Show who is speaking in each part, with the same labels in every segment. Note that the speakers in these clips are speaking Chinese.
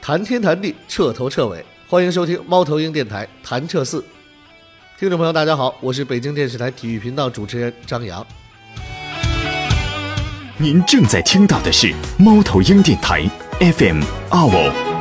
Speaker 1: 谈天谈地，彻头彻尾。欢迎收听猫头鹰电台谈彻四。听众朋友，大家好，我是北京电视台体育频道主持人张扬。
Speaker 2: 您正在听到的是猫头鹰电台 FM 二五。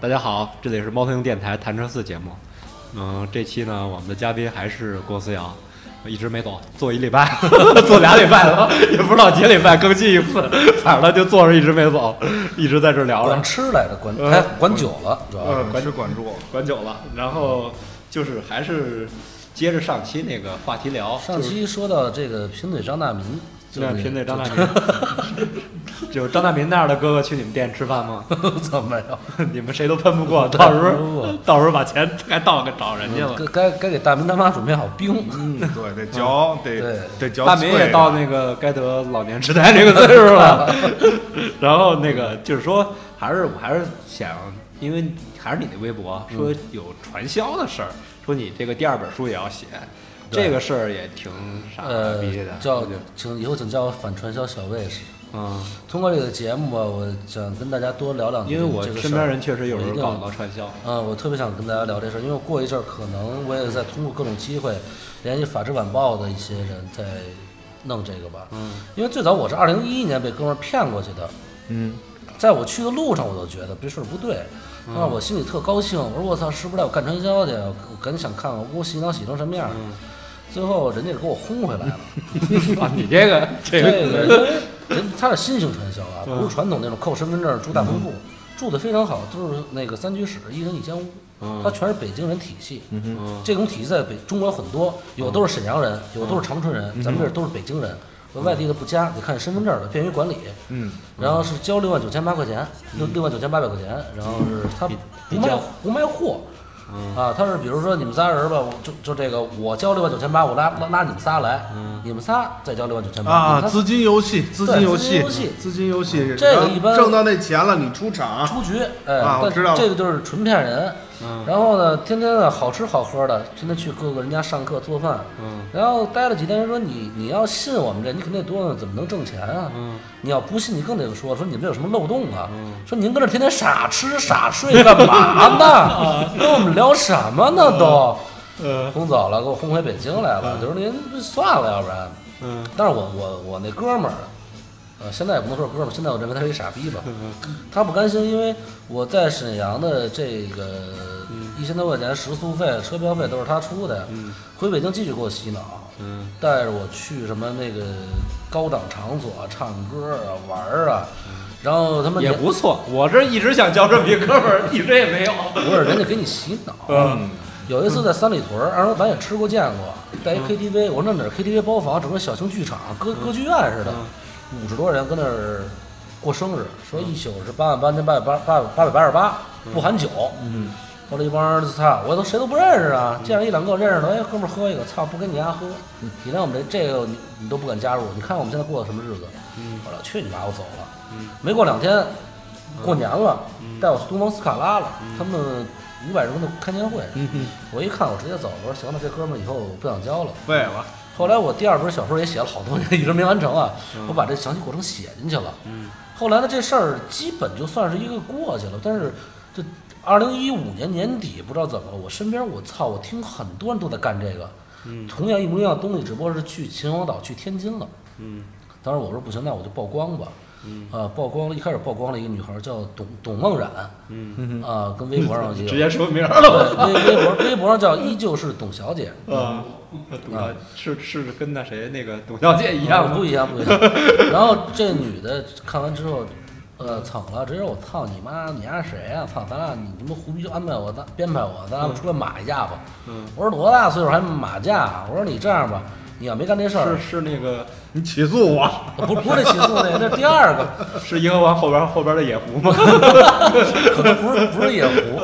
Speaker 3: 大家好，这里是猫头鹰电台弹车四节目。嗯、这期呢，我们的嘉宾还是郭思瑶，一直没走，坐一礼拜， 坐俩礼拜了，也不知道几礼拜更新一次， 反正他就坐着一直没走，一直在这聊着
Speaker 4: 管，呃吃来着，
Speaker 3: 呃
Speaker 4: 管哎管酒了，主要是
Speaker 3: 管管住，管久了。然后就是还是接着上期那个话题聊，
Speaker 4: 上期说到这个贫嘴张大民，
Speaker 3: 就
Speaker 4: 就是是
Speaker 3: 贫嘴张大民， 就张大民那样的哥哥去你们店吃饭吗？
Speaker 4: 民 怎么样？
Speaker 3: 你们谁都喷不过，到时
Speaker 4: 喷
Speaker 3: 候
Speaker 4: 不过
Speaker 3: 到时候把钱该倒给找人家了。
Speaker 4: 该该该给大民他妈准备好冰，
Speaker 3: 嗯
Speaker 5: 对，得嚼，
Speaker 4: 对
Speaker 5: 得得嚼。
Speaker 3: 大明也到那个该得老年痴呆这个岁数了，然后那个就是说，还是我还是想，因为还是你的微博说有传销的事儿，说你这个第二本书也要写，
Speaker 4: 对
Speaker 3: 这个事儿也挺傻
Speaker 4: 呃
Speaker 3: 逼的，，
Speaker 4: 叫
Speaker 3: 我觉得
Speaker 4: 请以后请叫我反传销小卫士。
Speaker 3: 嗯，
Speaker 4: 通过这个节目啊，我想跟大家多聊两句
Speaker 3: 因为我
Speaker 4: 这个事儿
Speaker 3: 身边人确实有
Speaker 4: 我
Speaker 3: 人
Speaker 4: 一定
Speaker 3: 搞到传销，
Speaker 4: 嗯，我特别想跟大家聊这事儿，因为过一阵儿可能我也在通过各种机会联系《法制晚报》的一些人在弄这个吧。嗯，因为最早我是二零一一年被哥们儿骗过去的。
Speaker 5: 嗯，
Speaker 4: 在我去的路上，我都觉得这事儿不对，
Speaker 3: 嗯
Speaker 4: 但是我心里特高兴，我说我操，是不是带我干传销去？啊我我赶紧想看看，我给我洗脑洗成什么样儿。最后人家给我轰回来了。
Speaker 3: 啊，嗯 你这个这
Speaker 4: 这
Speaker 3: 个
Speaker 4: 个因为人他是新型传销啊，不是传统那种扣身份证住大通铺，住的非常好，都是那个三居室，一人一间屋，它全是北京人体系。这种体系在北中国有很多，有都是沈阳人，有都是长春人，咱们这儿都是北京人。外地的不加，得看身份证的，便于管理。嗯，然后是交六万九千八块钱，六六万九千八百块钱，然后是他不卖不卖货，啊，他是比如说你们仨人吧，我就就这个，我交六万九千八，我拉拉拉你们仨来，你们仨再交六万九千八
Speaker 5: 啊，资金游戏，资金
Speaker 4: 对
Speaker 5: 游
Speaker 4: 资金游戏
Speaker 5: 资金游戏，
Speaker 4: 这个
Speaker 5: 然后
Speaker 4: 一般
Speaker 5: 挣到那钱了，你出场。
Speaker 4: 出局，哎，
Speaker 5: 啊我
Speaker 4: 但
Speaker 5: 知道了嗯
Speaker 4: 这个就是纯骗人。然后呢，天天的好吃好喝的，天天去各个人家上课做饭，
Speaker 5: 嗯
Speaker 4: 然后待了几天，人说你你要信我们这，你肯定得多呢，怎么能挣钱啊？
Speaker 5: 嗯
Speaker 4: 你要不信，你更得说说你们这有什么漏洞啊？说您跟这天天傻吃傻睡干嘛 呢？跟我们聊什么
Speaker 5: 嗯
Speaker 4: 呢都？轰走了，给我轰回北京来了。就说您算了，要不然。
Speaker 3: 嗯。
Speaker 4: 但是我我我那哥们儿，呃，现在也不能说哥们儿，现在我认为他是一傻逼吧。
Speaker 3: 嗯
Speaker 4: 他不甘心，因为我在沈阳的这个
Speaker 3: 嗯
Speaker 4: 一千多块钱食宿费、车票费都是他出的。回北京继续给我洗脑，
Speaker 3: 嗯
Speaker 4: 带着我去什么那个高档场所啊唱歌啊、玩儿啊，然后他
Speaker 3: 嗯
Speaker 4: 们
Speaker 3: 也
Speaker 4: 连
Speaker 3: 不错。我这一直想交这么一哥们儿，一直也没有。
Speaker 4: 不是人家给你洗脑。
Speaker 3: 嗯
Speaker 4: 有一次在三里屯儿，然后咱也吃过见过，在一 KTV，我说那哪儿 KTV 包房，整个小型剧场，歌歌剧院似的，五十多人跟那儿过生日，说一宿是八万八千八百八八八百八十八，不含酒。嗯，后来一帮人操，我都谁都不认识啊，见着一两个认识的，哎，哥们儿喝一个，操，不跟你丫喝，你连我们这这个你你都不敢加入，你看我们现在过的什么日子？我说去你妈，我走了。没过两天，过年了，带我去东方斯卡拉了，他们五百人的开年会，我一看我直接走，我说行了，这哥们儿以后我不想交了。
Speaker 5: 废了，
Speaker 4: 后来我第二本小说也写了好多年， 一直没完成啊，
Speaker 3: 嗯
Speaker 4: 我把这详细过程写进去了。后来呢，这事儿基本就算是一个过去了，但是就二零一五年年底，不知道怎么了，我身边我操，我听很多人都在干这个，
Speaker 3: 嗯
Speaker 4: 同样一模一样的东西，只不过是去秦皇岛、去天津了。
Speaker 3: 嗯
Speaker 4: 当时我说不行，那我就曝光吧。啊，曝光了，一开始曝光了一个女孩儿叫董董梦冉，嗯，啊，跟微博上也 有
Speaker 3: 直接说名儿了吧？
Speaker 4: 对微微博微博上叫依旧是董小姐，
Speaker 3: 啊，董小是是跟那谁那个董小姐一样吗？
Speaker 4: 不一样，不一样。然后这女的看完之后，呃，蹭了，直接我操你妈，你丫谁呀、操，咱俩你他妈胡逼安排我，咱编排我，咱俩出来马一架吧。我说多大岁数还马架？啊我说你这样吧，你要没干这事儿
Speaker 3: 是，是那个
Speaker 5: 你起诉我，
Speaker 4: 不不是起诉那，那是第二个。
Speaker 3: 是银河王后边后边的野狐 吗？
Speaker 4: 可能
Speaker 3: 嗯
Speaker 4: 不是不是野狐。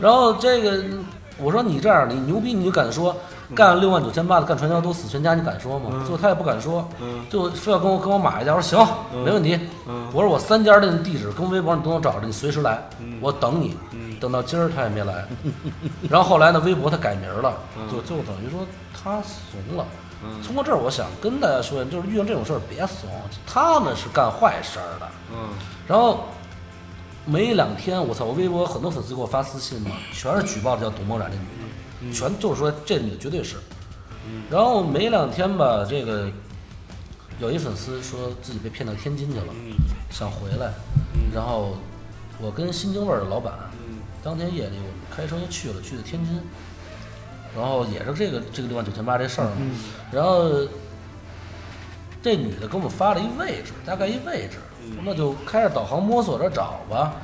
Speaker 4: 然后这个，我说你这样，你牛逼你就敢说，
Speaker 3: 嗯
Speaker 4: 干六万九千八的，干传销都死全家，你敢说吗？最后他也不敢说，
Speaker 3: 嗯
Speaker 4: 就非要跟我跟我买一家。我说行，没问题。
Speaker 3: 嗯
Speaker 4: 我说我三家的地址跟微博你都能找着，你随时来
Speaker 3: 嗯，
Speaker 4: 我等你
Speaker 3: 嗯。
Speaker 4: 等到今儿他也没来， 然后后来呢，微博他改名了，就就等于说他怂了。
Speaker 3: 嗯
Speaker 4: 通过这儿，我想跟大家说，就是遇到这种事儿别怂，他们是干坏事儿的。
Speaker 3: 嗯
Speaker 4: 然后没两天，我操！我微博很多粉丝给我发私信嘛，全是举报这叫董某冉这女的，全就是说这女的绝对是。然后没两天吧，这个有一粉丝说自己被骗到天津去了，想回来，然后我跟新京味儿的老板，当天夜里我们开车去了，去的天津，然后也是这个这个六万九千八这事儿嘛，然后这女的给我们发了一位置，大概一位置，那就开着导航摸索着找吧。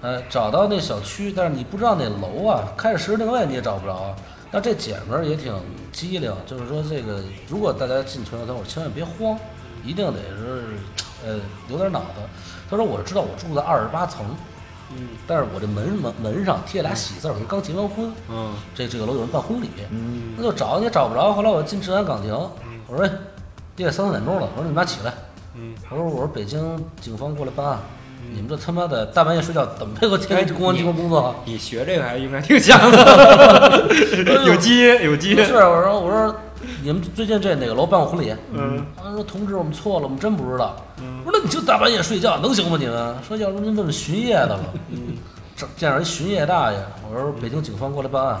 Speaker 4: 呃，找到那小区，但是你不知道那楼啊，开着实时定位你也找不着啊。但这姐们儿也挺机灵，就是说这个，如果大家进传销团伙，千万别慌，一定得是呃有点脑子。她说我知道我住在二十八层，嗯，但是我这门门门上贴俩喜字儿，我刚结完婚，
Speaker 3: 嗯
Speaker 4: 这这个楼有人办婚礼，那就找也找不着。后来我进治安岗亭，我说哎夜里三四点钟了，我说你们俩起来，
Speaker 3: 嗯
Speaker 4: 我说我说北京警方过来办案，你们这他妈的大半夜睡觉怎么配合天津公安机关工作啊？
Speaker 3: 哎你学这个还应该挺像的，有基因有基因
Speaker 4: 不。是，我说我说你们最近这哪个楼办过婚礼？
Speaker 3: 嗯
Speaker 4: 他说同志，我们错了，我们真不知道。我说那你就大半夜睡觉能行吗？你们说要不您问问巡夜的吧。
Speaker 3: 嗯
Speaker 4: 这见着一巡夜大爷，我说北京警方过来办案，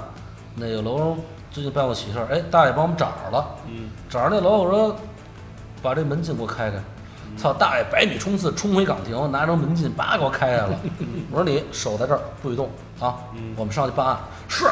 Speaker 4: 那个楼最近办过喜事儿，哎，大爷帮我们找着了。
Speaker 3: 嗯
Speaker 4: 找着那楼，我说把这门禁给我开开。
Speaker 3: 嗯
Speaker 4: 操，大爷百米冲刺冲回岗亭，拿张门禁叭给我开开 了。我说你手在这儿不许动啊，
Speaker 3: 嗯
Speaker 4: 我们上去办案。是，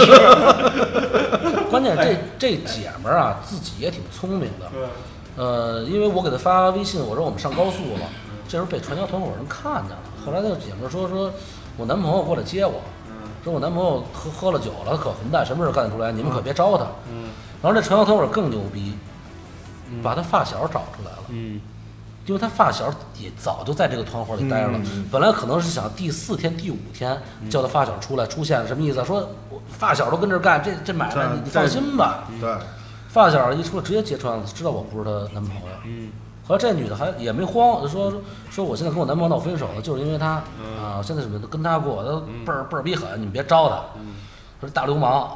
Speaker 4: 关键
Speaker 3: 哎
Speaker 4: 这这姐们儿啊，自己也挺聪明的。
Speaker 3: 嗯
Speaker 4: 呃，因为我给她发微信，我说我们上高速了，
Speaker 3: 嗯
Speaker 4: 这时候被传销团伙人看见了。后来那个姐们儿说说，我男朋友过来接我，
Speaker 3: 嗯
Speaker 4: 说我男朋友喝喝了酒了，可混蛋，什么事儿干得出来，你们可别招他。
Speaker 3: 嗯
Speaker 4: 然后这传销团伙更牛逼，把他发小找出来了，
Speaker 3: 嗯
Speaker 4: 因为他发小也早就在这个团伙里待着了。本来可能是想第四天、第五天叫他发小出来出现，什么意思啊？说我发小都跟这儿干，这这买卖
Speaker 5: 在
Speaker 4: 你你放心吧。
Speaker 5: 对，
Speaker 4: 发小一出来直接揭穿了，知道我不是她男朋友。
Speaker 3: 嗯
Speaker 4: 后来这女的还也没慌，就说说我现在跟我男朋友闹分手了，就是因为他、
Speaker 3: 嗯
Speaker 4: 啊，我现在什么都跟他过，他倍儿倍儿逼狠，你们别招他，
Speaker 3: 嗯
Speaker 4: 说大流氓。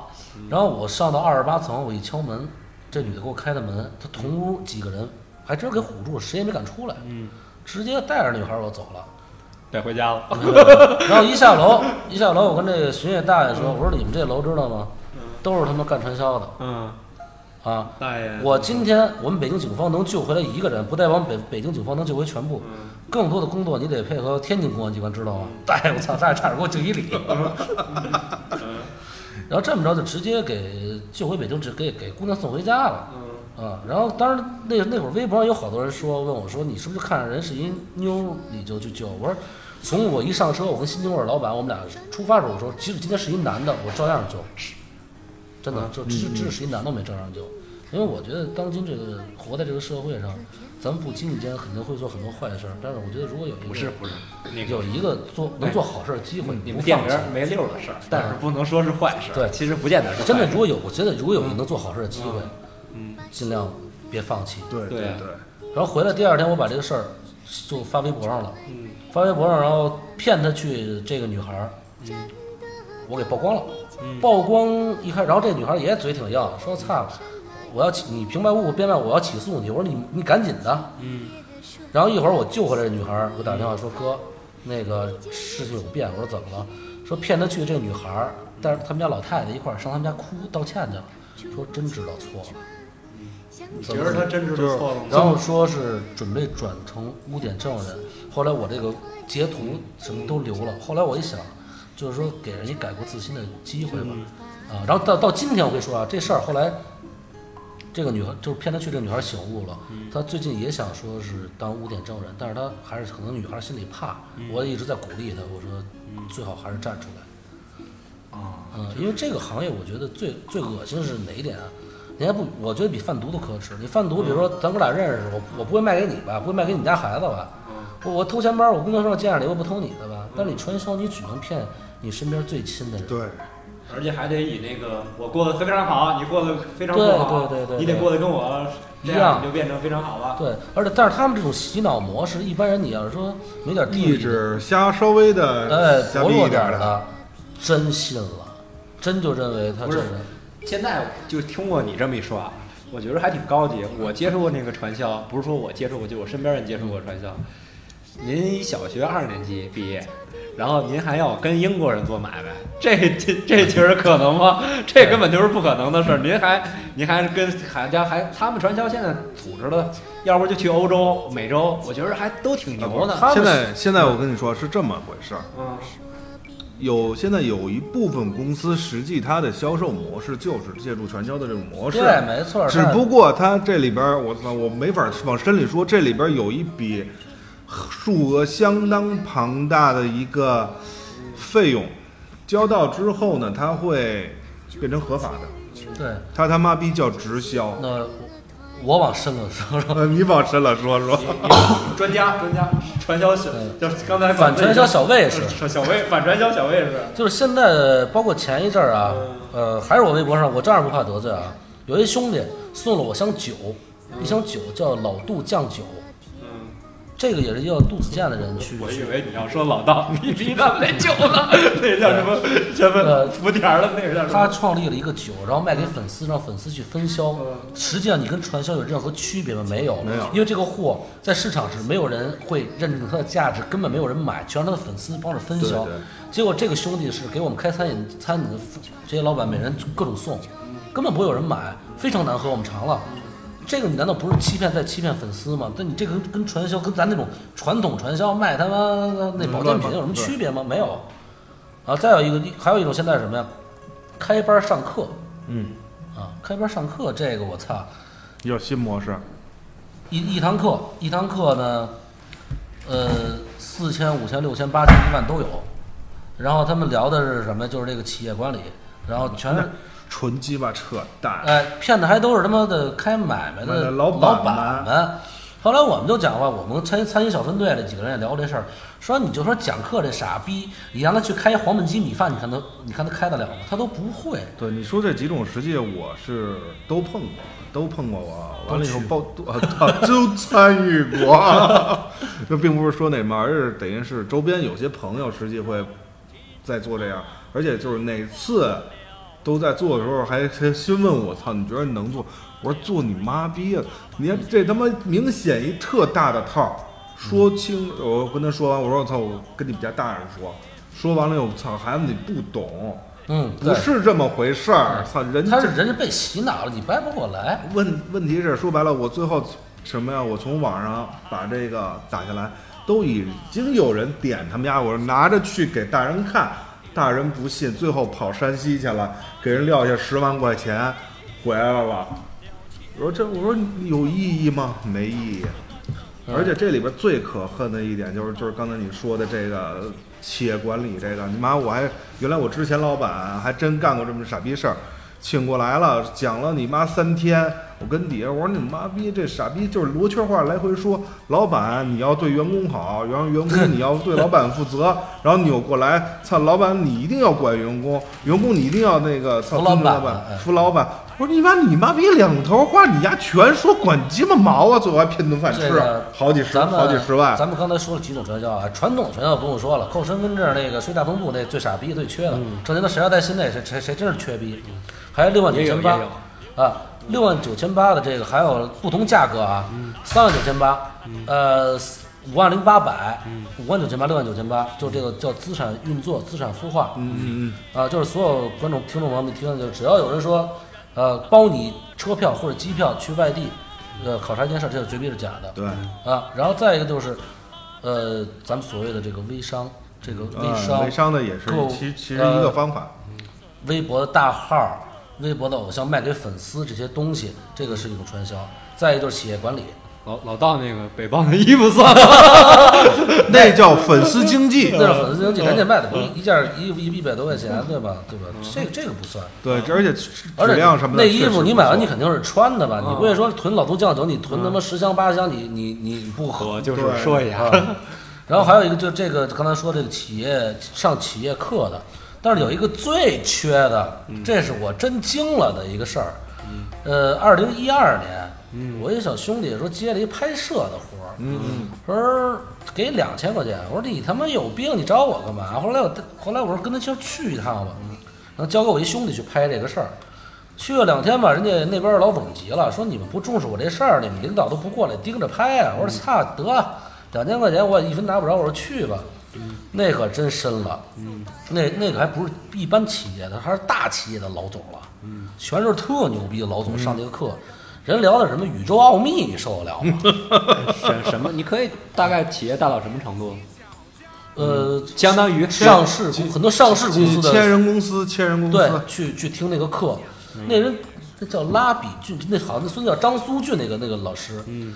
Speaker 4: 然后我上到二十八层，我一敲门，这女的给我开的门，她同屋几个人还真给唬住了，谁也没敢出来，
Speaker 3: 嗯，
Speaker 4: 直接带着女孩儿我走了。
Speaker 3: 带回家了。
Speaker 4: 然后一下楼，一下楼，我跟这个巡夜大爷说，我说你们这楼知道吗？都是他妈干传销的
Speaker 3: 嗯，
Speaker 4: 啊！
Speaker 3: 大 爷，
Speaker 4: 我今天我们北京警方能救回来一个人，不代表北北京警方能救回全部。更多的工作你得配合天津公安机关，知 道吗？大爷，我操，大爷差点给我敬一礼。然后这么着就直接给救回北京，只给给姑娘送回家了。啊，然后当时那那会儿微博上有好多人说问我说你是不是看上人是一妞儿你就去救？我说从我一上车，我跟新京味儿老板我们俩出发的时候我说，即使今天是一男的，我照样救。真的，就只只是一男的没照样救，因为我觉得当今这个活在这个社会上，咱们不经意间肯定会做很多坏事儿，但是我觉得如果有一个
Speaker 3: 不是不是，那个
Speaker 4: 有一个做能做好事儿的机会，
Speaker 3: 你
Speaker 4: 不
Speaker 3: 们
Speaker 4: 放
Speaker 3: 店名
Speaker 4: 弃
Speaker 3: 儿没溜儿的事儿，但
Speaker 4: 嗯
Speaker 3: 是不能说是坏事儿。
Speaker 4: 对
Speaker 3: 其实不见得是坏
Speaker 4: 真的，
Speaker 3: 事
Speaker 4: 如果有，我觉得如果有一个能做好事的机会，嗯，尽量别放弃。
Speaker 5: 对
Speaker 3: 对啊
Speaker 5: 对，
Speaker 4: 然后回来第二天，我把这个事儿就发微博上了，嗯，发微博上，然后骗她去这个女孩儿，我给曝光了，曝光一看，然后这女孩儿也嘴挺硬，说操，我要起你平白无故编卖，我要起诉你，我说你你赶紧的，嗯，然后一会儿我救回来这女孩儿，给我打电话说哥，那个事情有变，我说怎么了？说骗她去这女孩儿，带着他们家老太太一块儿上他们家哭道歉去了，说真知道错了。
Speaker 3: 你觉得他真知
Speaker 4: 就
Speaker 3: 道
Speaker 4: 是
Speaker 3: 错了吗？
Speaker 4: 然后说是准备转成污点证人，后来我这个截图什么都留了。后来我一想，就是说给人家改过自新的机会吧，啊，然后到到今天我跟你说啊，这事儿后来这个女孩就是骗她去，这女孩醒悟了，她最近也想说是当污点证人，但是她还是可能女孩心里怕，我也一直在鼓励她，我说最好还是站出来。嗯，因为这个行业，我觉得最最恶心是哪一点啊？你还不，我觉得比贩毒都可耻。你贩毒，比如说咱哥俩认识，我我不会卖给你吧，不会卖给你家孩子吧？
Speaker 5: 嗯
Speaker 4: 我我偷钱包，我工作上见着你，我不偷你的吧？但是你传销，你只能骗你身边最亲的人。
Speaker 5: 对，
Speaker 3: 而且还得以那个我过得非常好，你过得非常不
Speaker 4: 对
Speaker 3: 好，
Speaker 4: 对对对
Speaker 3: 你得
Speaker 4: 对
Speaker 3: 过得跟我这
Speaker 4: 一样
Speaker 3: 你就变成非常好了。
Speaker 4: 对，而且但是他们这种洗脑模式，一般人你要是说没点
Speaker 5: 意
Speaker 4: 地址，
Speaker 5: 志瞎稍微
Speaker 4: 哎
Speaker 5: 的，瞎
Speaker 4: 薄
Speaker 5: 逼
Speaker 4: 弱
Speaker 5: 一
Speaker 4: 点
Speaker 5: 点
Speaker 4: 儿
Speaker 5: 儿的，
Speaker 4: 的，真信了，真就认为他
Speaker 3: 不
Speaker 4: 这
Speaker 3: 是
Speaker 4: 人
Speaker 3: 现在就听过你这么一说啊，我觉得还挺高级。我接触过那个传销，不是说我接触过，就我身边人接触过传销。您小学二年级毕业，然后您还要跟英国人做买卖，这这这其实可能吗？这根本就是不可能的事儿。您还您还跟海家还他们传销现在组织的，要不就去欧洲、美洲，我觉得还都挺牛的。
Speaker 5: 现在现在我跟你说是这么回事儿，
Speaker 3: 嗯，
Speaker 5: 有现在有一部分公司实际它的销售模式就是借助传销的这种模式，
Speaker 4: 对，没错儿，
Speaker 5: 只
Speaker 4: 但
Speaker 5: 不过它这里边儿我操，我没法往深里说，这里边儿有一笔数额相当庞大的一个费用，交到之后呢，它会变成合法的，
Speaker 4: 对，
Speaker 5: 它他妈逼叫直销。
Speaker 4: 那我我往深了说说，
Speaker 5: 呃，你往深了说说，
Speaker 3: 专家专家传销小，就是刚才
Speaker 4: 反传 销小卫士。
Speaker 3: 小小卫反传销小卫士。
Speaker 4: 就是现在，包括前一阵儿啊，
Speaker 3: 嗯
Speaker 4: 呃，还是我微博上，我照样不怕得罪啊。有一兄弟送了我箱酒，一箱酒叫老杜酱酒，
Speaker 3: 嗯。
Speaker 4: 这个也是要肚子健的人去
Speaker 3: 我以
Speaker 4: 去。
Speaker 3: 为你要说老道， 你比他们那酒 呢，那叫什么什么福田儿的，那个叫什
Speaker 4: 他
Speaker 3: 么？
Speaker 4: 创立了一个酒，然后卖
Speaker 5: 嗯
Speaker 4: 给粉丝，让粉丝去分销。实际上，你跟传销有任何区别吗？没有，
Speaker 5: 没有
Speaker 4: 因为这个货在市场是没有人会认证它的价值，根本没有人买，全是他的粉丝帮着分销。
Speaker 5: 对对
Speaker 4: 结果这个兄弟是给我们开餐饮餐饮的这些老板，每人各种送，
Speaker 5: 嗯
Speaker 4: 根本不会有人买，非常难喝，我们尝了。这个你难道不是欺骗在欺骗粉丝吗？但你这个跟跟传销跟咱那种传统传销卖他妈那保健品有什么区别吗？没有。啊，再有一个，还有一种现在是什么呀？开班上课
Speaker 5: 嗯，
Speaker 4: 啊，开班上课这个我操，
Speaker 5: 有新模式，
Speaker 4: 一一堂课一堂课呢，呃，四千、五千、六千、八千、一万都有。然后他们聊的是什么？就是这个企业管理，然后全是
Speaker 5: 纯鸡巴扯淡。
Speaker 4: 哎，骗的还都是他妈的开买卖的
Speaker 5: 老板
Speaker 4: 板
Speaker 5: 们
Speaker 4: 们。后来我们就讲话，我们餐餐饮小分队里几个人也聊过这事儿，说你就说讲课这傻逼，你让他去开黄焖鸡米饭，你看他，你看他开得了吗？他都不会。
Speaker 5: 对，你说这几种实际我是都碰过，都碰过我，完了以后包都啊啊都参与过， 这并不是说那什么，而是等于是周边有些朋友实际会在做这样，而且就是哪次都在做的时候还还询问我，操，你觉得你能做？我说做你妈逼啊！你看这他妈明显一特大的套儿，说清，我跟他说完，我说我操，我跟你们家大人说，说完了以后，我操，孩子你不懂。
Speaker 4: 嗯，
Speaker 5: 不
Speaker 4: 对
Speaker 5: 是这么回事儿，操人
Speaker 4: 他
Speaker 5: 家
Speaker 4: 是人家被洗脑了，你掰不过来。
Speaker 5: 问问题是说白了，我最后什么呀？我从网上把这个打下来，都已经有人点他们家，我拿着去给大人看，大人不信，最后跑山西去了，给人撂下十万块钱，回来了。我说这，我说有意义吗？没意义。而且这里边最可恨的一点就是，就是刚才你说的这个企业管理这个，你妈我还原来我之前老板还真干过这么傻逼事儿，请过来了，讲了你妈三天，我跟底下我说你妈逼这傻逼就是罗圈话来回说，老板你要对员工好，然后员工你要对老板负责，然后扭过来，操老板你一定要管员工，员工你一定要那个操
Speaker 4: 服老
Speaker 5: 尊重
Speaker 4: 板
Speaker 5: 老板
Speaker 4: 哎，
Speaker 5: 服老板。我说你妈你妈逼两头话，你丫全说管鸡巴毛啊！最后还骗顿饭吃
Speaker 4: 这，个
Speaker 5: 啊好几十
Speaker 4: 咱们
Speaker 5: 好几十万。
Speaker 4: 咱们刚才说了几种传销啊，传统传销不用说了，扣身份证那个睡大通铺那最傻逼最缺的，
Speaker 5: 嗯
Speaker 4: 挣钱的谁要带新那谁谁谁真是缺逼。还有六万九
Speaker 3: 也有
Speaker 4: 千八
Speaker 3: 也
Speaker 4: 啊，六万九千八的这个还有不同价格啊，三万九千八，呃。五万零八百，五万九千八，六万九千八，就这个叫资产运作、资产孵化，
Speaker 5: 嗯嗯
Speaker 4: 啊，就是所有观众、听众朋友们听到，就只要有人说，呃，包你车票或者机票去外地，呃，考察一件事，这个绝逼是假的。
Speaker 5: 嗯，对，
Speaker 4: 啊，然后再一个就是，呃，咱们所谓的这个微商，这个微商、
Speaker 5: 嗯微商的也是
Speaker 4: 购，
Speaker 5: 其其实一个
Speaker 4: 呃
Speaker 5: 方法。
Speaker 4: 微博的大号儿、微博的偶像卖给粉丝这些东西，这个是一种传销。再一个就是企业管理，
Speaker 3: 老老道那个北方的衣服算了，
Speaker 5: 那叫粉丝经济。
Speaker 4: 那是粉丝经济，人家卖的
Speaker 5: 嗯
Speaker 4: 不是一件儿一一一百多块钱，对吧？对吧？这个这个不算。
Speaker 5: 对，而且嗯质
Speaker 4: 而且
Speaker 5: 量什么的，
Speaker 4: 那衣服你买完你肯定是穿的吧？
Speaker 3: 嗯
Speaker 4: 你不会说囤老杜酱酒，你囤
Speaker 5: 嗯
Speaker 4: 他妈十箱八箱，你你你不喝
Speaker 3: 我就是
Speaker 5: 对
Speaker 4: 嗯
Speaker 3: 说一下，
Speaker 4: 啊。然后还有一个就这个刚才说这个企业上企业课的，但是有一个最缺的，
Speaker 3: 嗯
Speaker 4: 这是我真惊了的一个事儿。呃，二零一二
Speaker 3: 嗯
Speaker 4: 年，我一小兄弟说接了一拍摄的活儿，
Speaker 5: 嗯，
Speaker 4: 说给两千块钱，我说你他妈有病，你找我干嘛？后来我后来我说跟他就去一趟吧，
Speaker 3: 嗯
Speaker 4: 然后交给我一兄弟去拍这个事儿，去了两天吧，人家那边老总急了，说你们不重视我这事儿，你们领导都不过来盯着拍啊。
Speaker 3: 嗯
Speaker 4: 我说操得两千块钱我一分拿不着，我说去吧，
Speaker 3: 嗯
Speaker 4: 那可真深了，那那个还不是一般企业的，他是大企业的老总了，
Speaker 3: 嗯
Speaker 4: 全是特牛逼的老总上这个课。人聊的什么宇宙奥秘，你受得了
Speaker 3: 嗯
Speaker 4: 吗？
Speaker 3: 什什么？你可以大概企业大到什么程度？
Speaker 4: 呃，
Speaker 3: 相当于
Speaker 4: 上市公很多上市公司的
Speaker 5: 千人公司，千人公
Speaker 4: 对
Speaker 5: 司，
Speaker 4: 去去听那个课，那人那叫拉比俊，那好像那孙子叫张苏俊那个那个老师，嗯，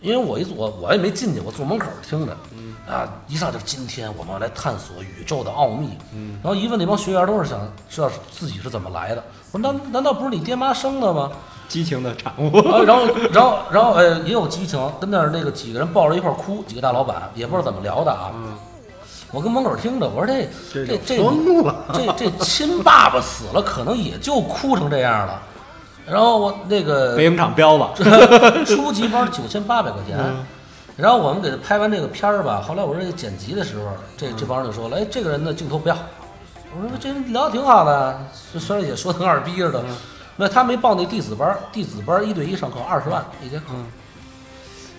Speaker 4: 因为我一坐我也没进去，我坐门口听着，啊，一上就是今天我们要来探索宇宙的奥秘，嗯，然后一问那帮学员都是想知道自己是怎么来的，我说难难道不是你爹妈生的吗？
Speaker 3: 激情的产 物。
Speaker 4: 啊，然后，然后，然后，呃，也有激情，跟那儿那个几个人抱着一块儿哭，几个大老板也不知道怎么聊的啊。我跟门口听着，我说这这这
Speaker 5: 疯了，
Speaker 4: 这这亲爸爸死了，可能也就哭成这样了。然后我那个
Speaker 3: 北影厂彪子，
Speaker 4: 初级班九千八百块钱。然后我们给他拍完这个片儿吧，后来我说剪辑的时候，这这帮人就说了，哎，这个人的镜头不要。我说这人聊得挺好的，虽虽然也说得跟二逼似的，那他没报那弟子班儿，弟子班儿一对一上课二十万一节课，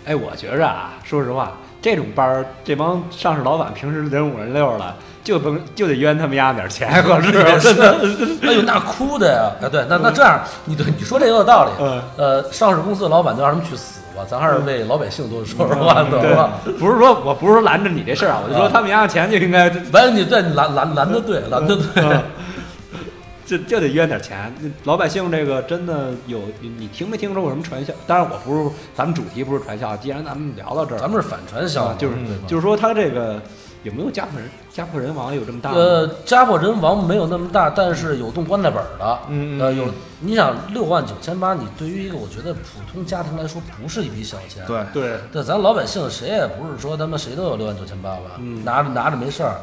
Speaker 3: 哎，我觉着啊，说实话，这种班儿，这帮上市老板平时人五人六的，就甭就得冤他们丫点儿钱合适，真的。
Speaker 4: 哎呦那哭的呀！啊对，那那这样，你对你说这也有道理。
Speaker 3: 嗯
Speaker 4: 呃，上市公司的老板就让他们去死吧，咱还是为老百姓多说说话，懂吗？
Speaker 3: 对，不是说我不是说拦着你这事儿啊，我就说他们家的钱就应该
Speaker 4: 完了，你对你拦拦拦的对，拦的对。
Speaker 3: 就就得冤点钱。老百姓这个真的有，你你听没听说过什么传销？当然我不是，咱们主题不是传销。既然咱们聊到这儿，
Speaker 4: 咱们是嗯反传
Speaker 3: 嗯
Speaker 4: 销
Speaker 3: 啊
Speaker 4: 嘛，
Speaker 3: 就是
Speaker 4: 对吧
Speaker 3: 就是说他这个有没有家破人家破人亡有这么大吗？
Speaker 4: 呃，家破人亡没有那么大，但是有动棺材本儿的，
Speaker 5: 嗯嗯
Speaker 4: 呃，
Speaker 5: 嗯
Speaker 4: 有你想六万九千八，你对于一个我觉得普通家庭来说不是一笔小钱，
Speaker 5: 对，
Speaker 3: 对，
Speaker 4: 对，咱老百姓谁也不是说他妈谁都有六万九千八吧，
Speaker 3: 嗯
Speaker 4: 拿着拿着没事儿，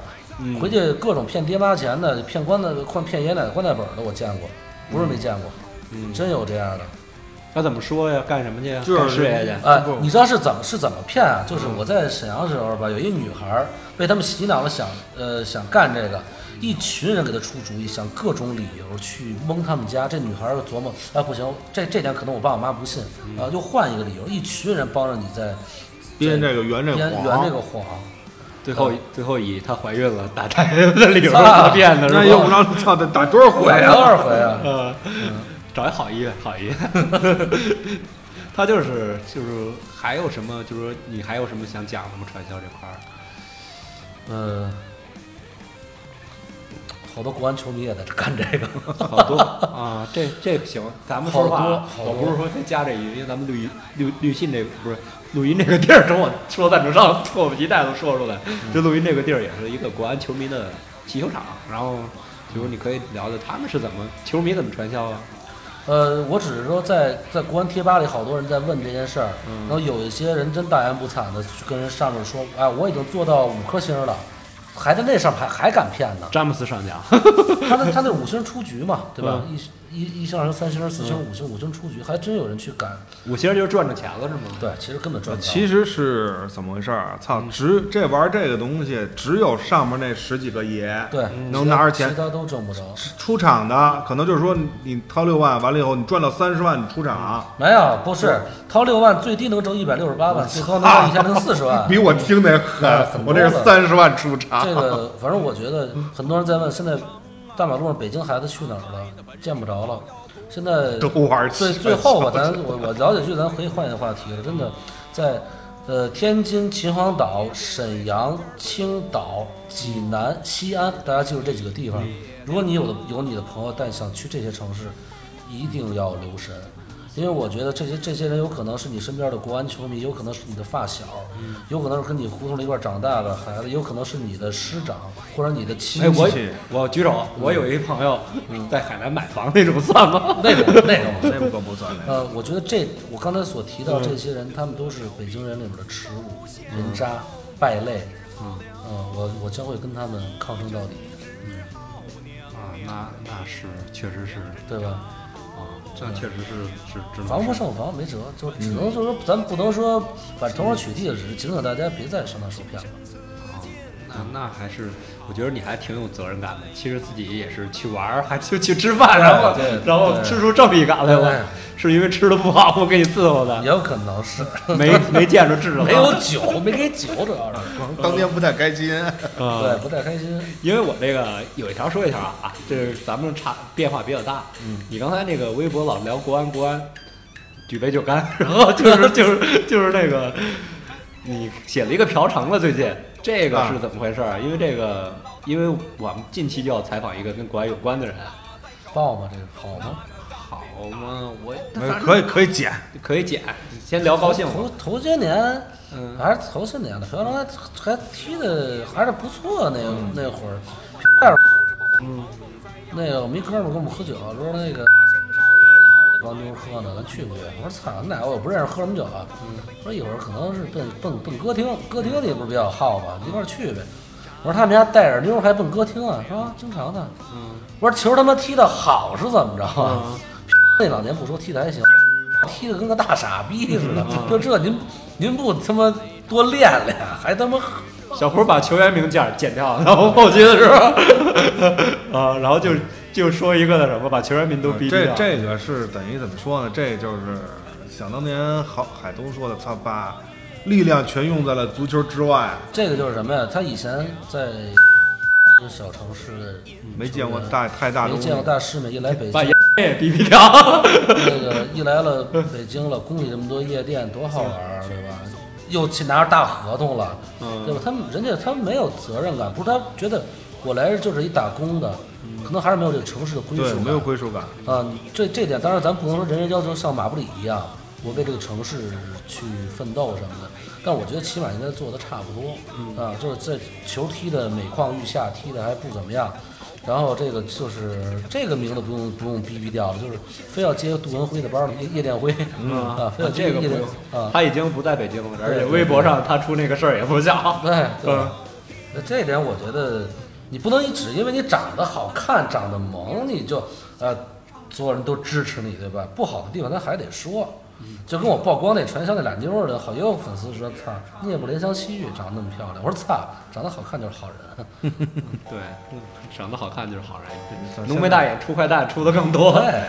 Speaker 4: 回去各种骗爹妈钱的，骗棺材骗骗爷爷奶奶棺材本儿的，我见过，不是没见过，
Speaker 3: 嗯
Speaker 4: 真有这样的。
Speaker 3: 他怎么说呀？干什么去呀？
Speaker 5: 就是嗯
Speaker 3: 干事业去。
Speaker 4: 哎
Speaker 5: 不，
Speaker 4: 你知道是怎么是怎么骗啊？就是我在沈阳的时候吧，有一女孩儿被他们洗脑了，想呃想干这个，一群人给她出主意，想各种理由去蒙他们家。这女孩儿琢磨，啊不行，这这点可能我爸我妈不信，啊又换一个理由，一群人帮着你在
Speaker 5: 编这个圆这
Speaker 4: 编
Speaker 5: 个
Speaker 4: 圆这
Speaker 5: 谎，
Speaker 4: 个谎。
Speaker 3: 最
Speaker 5: 嗯
Speaker 3: 后最后以她怀孕了打胎的理由来骗的
Speaker 5: 啊那
Speaker 3: 是
Speaker 5: 用
Speaker 3: 吧？
Speaker 5: 不着操得打多少回
Speaker 4: 打多
Speaker 5: 啊？
Speaker 4: 少回啊？
Speaker 3: 呃，找一好医院，好医 院。他就是就是还有什么？就是说你还有什么想讲的吗？传销这块儿？
Speaker 4: 嗯，好多国安球迷也在这干这个。
Speaker 3: 好多啊，这这行，咱们说实话啊，
Speaker 4: 好多
Speaker 3: 我
Speaker 4: 好多
Speaker 3: 不是说非加这一句，因为咱们录音录录信这个不是录音这个地儿，等我说赞助商迫不及待都说出来，这录音这个地儿也是一个国安球迷的汽修厂，然后比如你可以聊聊他们是怎么球迷怎么传销啊，？
Speaker 4: 呃，我只是说在在国安贴吧里，好多人在问这件事儿，
Speaker 5: 嗯
Speaker 4: 然后有一些人真大言不惭的去跟人上面说，哎，我已经做到五颗星了，还在那上还还敢骗呢
Speaker 3: 詹姆斯上 将，
Speaker 4: 他那他那五星出局嘛，对
Speaker 5: 嗯
Speaker 4: 吧？一一一星、二星、三星、四星、五星，五星出局，还真有人去敢。
Speaker 3: 五星就是赚着钱了是吗？
Speaker 4: 对，其实根本赚不到。
Speaker 5: 呃其实是怎么回事儿啊？
Speaker 4: 嗯
Speaker 5: 操，只这玩意儿这个东西，只有上面那十几个爷
Speaker 4: 对，
Speaker 5: 嗯能
Speaker 4: 其他
Speaker 5: 拿着钱
Speaker 4: 其他都挣不着。
Speaker 5: 出场的，可能就是说你掏六万，完了以后你赚到三十万，你出场，
Speaker 4: 没有，不是掏六万，最低能挣一百六十八万，最高能 挣一千零四十万。
Speaker 5: 啊比我听的狠
Speaker 4: 嗯很，多
Speaker 5: 我这
Speaker 4: 的
Speaker 5: 是三十万出场
Speaker 4: 这。个反正我觉得很多人在问，现在大马路上北京孩子去哪儿了？见不着了。现 在
Speaker 5: 都玩
Speaker 4: 最最后吧，咱我我聊几句，咱可以换一个话题了。真的，在呃天津、秦皇岛、沈阳、青岛、济南、西安，大家记住这几个地方。如果你有的有你的朋友，但想去这些城市，一定要留神。因为我觉得这些这些人有可能是你身边的国安球迷，有可能是你的发小，有可能是跟你胡同里一块儿长大的孩子，有可能是你的师长或者你的亲
Speaker 3: 哎，
Speaker 4: 戚。
Speaker 3: 我嗯我举手，我有一朋友在海南买房那种算吗？
Speaker 4: 那个 那个
Speaker 5: 这不可不算的。
Speaker 4: 呃，我觉得这我刚才所提到这些人，他们都是北京人里边的耻辱、人渣、败类。嗯，呃，我我将会跟他们抗争到底。
Speaker 3: 啊那那是确实是
Speaker 4: 对吧？
Speaker 3: 啊，这确实是是只能
Speaker 4: 防不
Speaker 3: 是
Speaker 4: 胜防，没辙，就只能就是说，咱不能说把头发取缔了，只是警醒大家别再上当受骗了。
Speaker 3: 那那还是，我觉得你还挺有责任感的。其实自己也是去玩儿，还去去吃饭，然后
Speaker 4: 对
Speaker 3: 然后
Speaker 4: 对
Speaker 3: 吃出这么一杆来
Speaker 4: 对
Speaker 3: 了，是因为吃的不好，我给你伺候 的
Speaker 4: 也，有可能是
Speaker 3: 没没见着治的。
Speaker 4: 没有酒，没给酒，主要是
Speaker 5: 当天不太开 心，
Speaker 4: 对
Speaker 3: 啊，
Speaker 4: 不太开心。
Speaker 3: 因为我这个有一条说一条啊，这是咱们差变化比较大。嗯，你刚才那个微博老聊国安国安，举杯就 干，然后就是就是就是那个，你写了一个嫖娼了，最近这个
Speaker 4: 啊
Speaker 3: 是怎么回事儿？因为这个，因为我们近期就要采访一个跟国安有关的人。
Speaker 4: 报吗？这个好吗？
Speaker 3: 好吗？我
Speaker 5: 可以可以剪，
Speaker 3: 可以剪，先聊高兴
Speaker 4: 头
Speaker 3: 了。
Speaker 4: 头些年，
Speaker 3: 嗯
Speaker 4: 还是头些年的，朴元还还踢的还是不错，那个那会儿，但是那个我们一哥们儿跟我们喝酒，说那个帮妞喝呢，咱去不去？我说操，咱俩我也不认识，喝什么酒啊？我说一会儿可能是奔奔奔歌厅，歌厅你不是比较好吗？一块儿去呗。我说他们家带着妞儿还奔歌厅啊？说啊经常的。我说球他妈踢的好是怎么着啊？ 那两年不说踢的还行，踢的跟个大傻逼似的。就这您您不他妈多练练，还他妈
Speaker 3: 小胡把球员名剪剪掉，然后后期的时候， 啊，然后就就说一个那什么，把球员名都逼
Speaker 5: 嗯这
Speaker 3: 掉。
Speaker 5: 这个是等于怎么说呢？这就是想当年郝海东说的，他把力量全用在了足球之外，
Speaker 4: 这个就是什么呀？他以前在小城市
Speaker 5: 没见过大太大
Speaker 4: 嗯没
Speaker 5: 东西
Speaker 4: 见。过大哎世面，一来北
Speaker 3: 把
Speaker 4: 京
Speaker 3: 爷也逼逼掉。
Speaker 4: 那个一来了北京了，宫里这么多夜店，多好玩儿，对吧？又去拿着大合同了，对吧？他们人家他没有责任感，不是他觉得我来这就是一打工的，可能还嗯是没有这个城市的归属
Speaker 5: 对，
Speaker 4: 感。
Speaker 5: 没有归属感。
Speaker 4: 啊，你这这点当然咱不能说人家要求像马布里一样，我为这个城市去奋斗什么的，但我觉得起码应该做的差不多，
Speaker 3: 嗯
Speaker 4: 啊，就是在球踢的每况愈下，踢的还不怎么样。然后这个就是这个名字不用不用逼逼掉了，就是非要接杜文辉的班儿了，夜夜店辉、啊，非要接
Speaker 3: 嗯这个不
Speaker 4: 夜店
Speaker 3: 用，
Speaker 4: 啊，
Speaker 3: 他已经不在北京了，而且
Speaker 4: 对
Speaker 3: 微博上他出那个事儿也不小。
Speaker 4: 对对
Speaker 3: 嗯，
Speaker 4: 那这点我觉得你不能只因为你长得好看、长得萌，你就呃所有人都支持你，对吧？不好的地方咱还得说。
Speaker 3: 嗯
Speaker 4: 就跟我曝光那传销那俩妞儿的，好也有粉丝说：“操，你也不怜香惜玉，长得那么漂亮。”我说：“操，长得好看就是好人。
Speaker 3: 对，嗯长得好看就是好人。
Speaker 5: 嗯
Speaker 3: 浓眉大眼出坏蛋出的更”多。
Speaker 4: 对。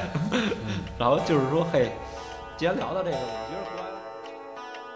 Speaker 3: 然后就是说，嘿，既然聊到这个，我觉得国安。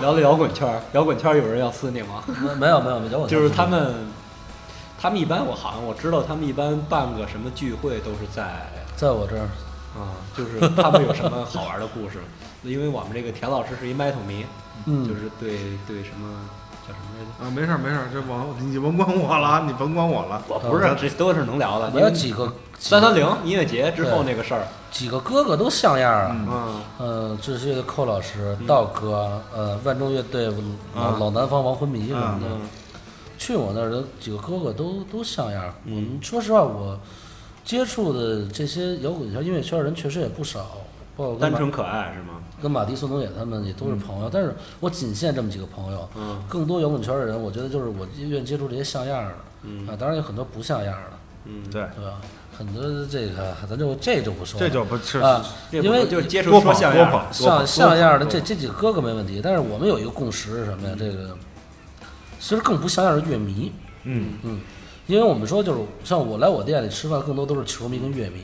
Speaker 3: 聊了摇滚圈儿，摇滚圈儿有人要撕你吗？
Speaker 4: 没没有没有没有，
Speaker 3: 就是他们，他们一般我好像我知道，他们一般办个什么聚会都是在
Speaker 4: 在我这儿，
Speaker 3: 啊、就是他们有什么好玩的故事，因为我们这个田老师是一 metal 迷，
Speaker 4: 嗯
Speaker 3: 就是对对什么叫什么来着？
Speaker 5: 啊，没事儿没事儿，这网你甭管我了，你甭管我了。
Speaker 3: 我不是，这都是能聊的。
Speaker 4: 没有几个
Speaker 3: 呃三三零音乐节之后那个事儿，
Speaker 4: 几个哥哥都像样啊。
Speaker 3: 嗯，
Speaker 4: 呃，这是寇老师、道哥，呃，万众乐队老
Speaker 5: 啊
Speaker 4: 老南方王昏迷什么的，
Speaker 3: 嗯
Speaker 4: 去我那儿的几个哥哥都都像样儿。
Speaker 3: 嗯
Speaker 4: 我们说实话，我接触的这些摇滚圈、音乐圈的人确实也不少，包括跟
Speaker 3: 单
Speaker 4: 马
Speaker 3: 纯可爱是吗？
Speaker 4: 跟马迪、宋冬野他们也都是朋友，但是我仅限这么几个朋友。
Speaker 3: 嗯
Speaker 4: 更多摇滚圈的人，我觉得就是我愿意接触这些像样儿的，
Speaker 3: 嗯
Speaker 4: 啊，当然有很多不像样儿的，
Speaker 3: 嗯，
Speaker 5: 对，
Speaker 4: 对吧？很多这个咱就这就不说了，
Speaker 5: 这就不是
Speaker 4: 啊，
Speaker 3: 这不
Speaker 4: 因为
Speaker 3: 就是接触
Speaker 5: 多
Speaker 3: 说
Speaker 5: 捧
Speaker 3: 像
Speaker 5: 多
Speaker 3: 样儿嗯
Speaker 5: 捧，多
Speaker 4: 像
Speaker 5: 捧
Speaker 4: 像样的这这几个哥哥没问题，但是我们有一个共识是什么呀？这个其实更不像样的乐迷，
Speaker 5: 嗯
Speaker 4: 嗯，因为我们说就是像我来我店里吃饭，更多都是球迷跟乐迷。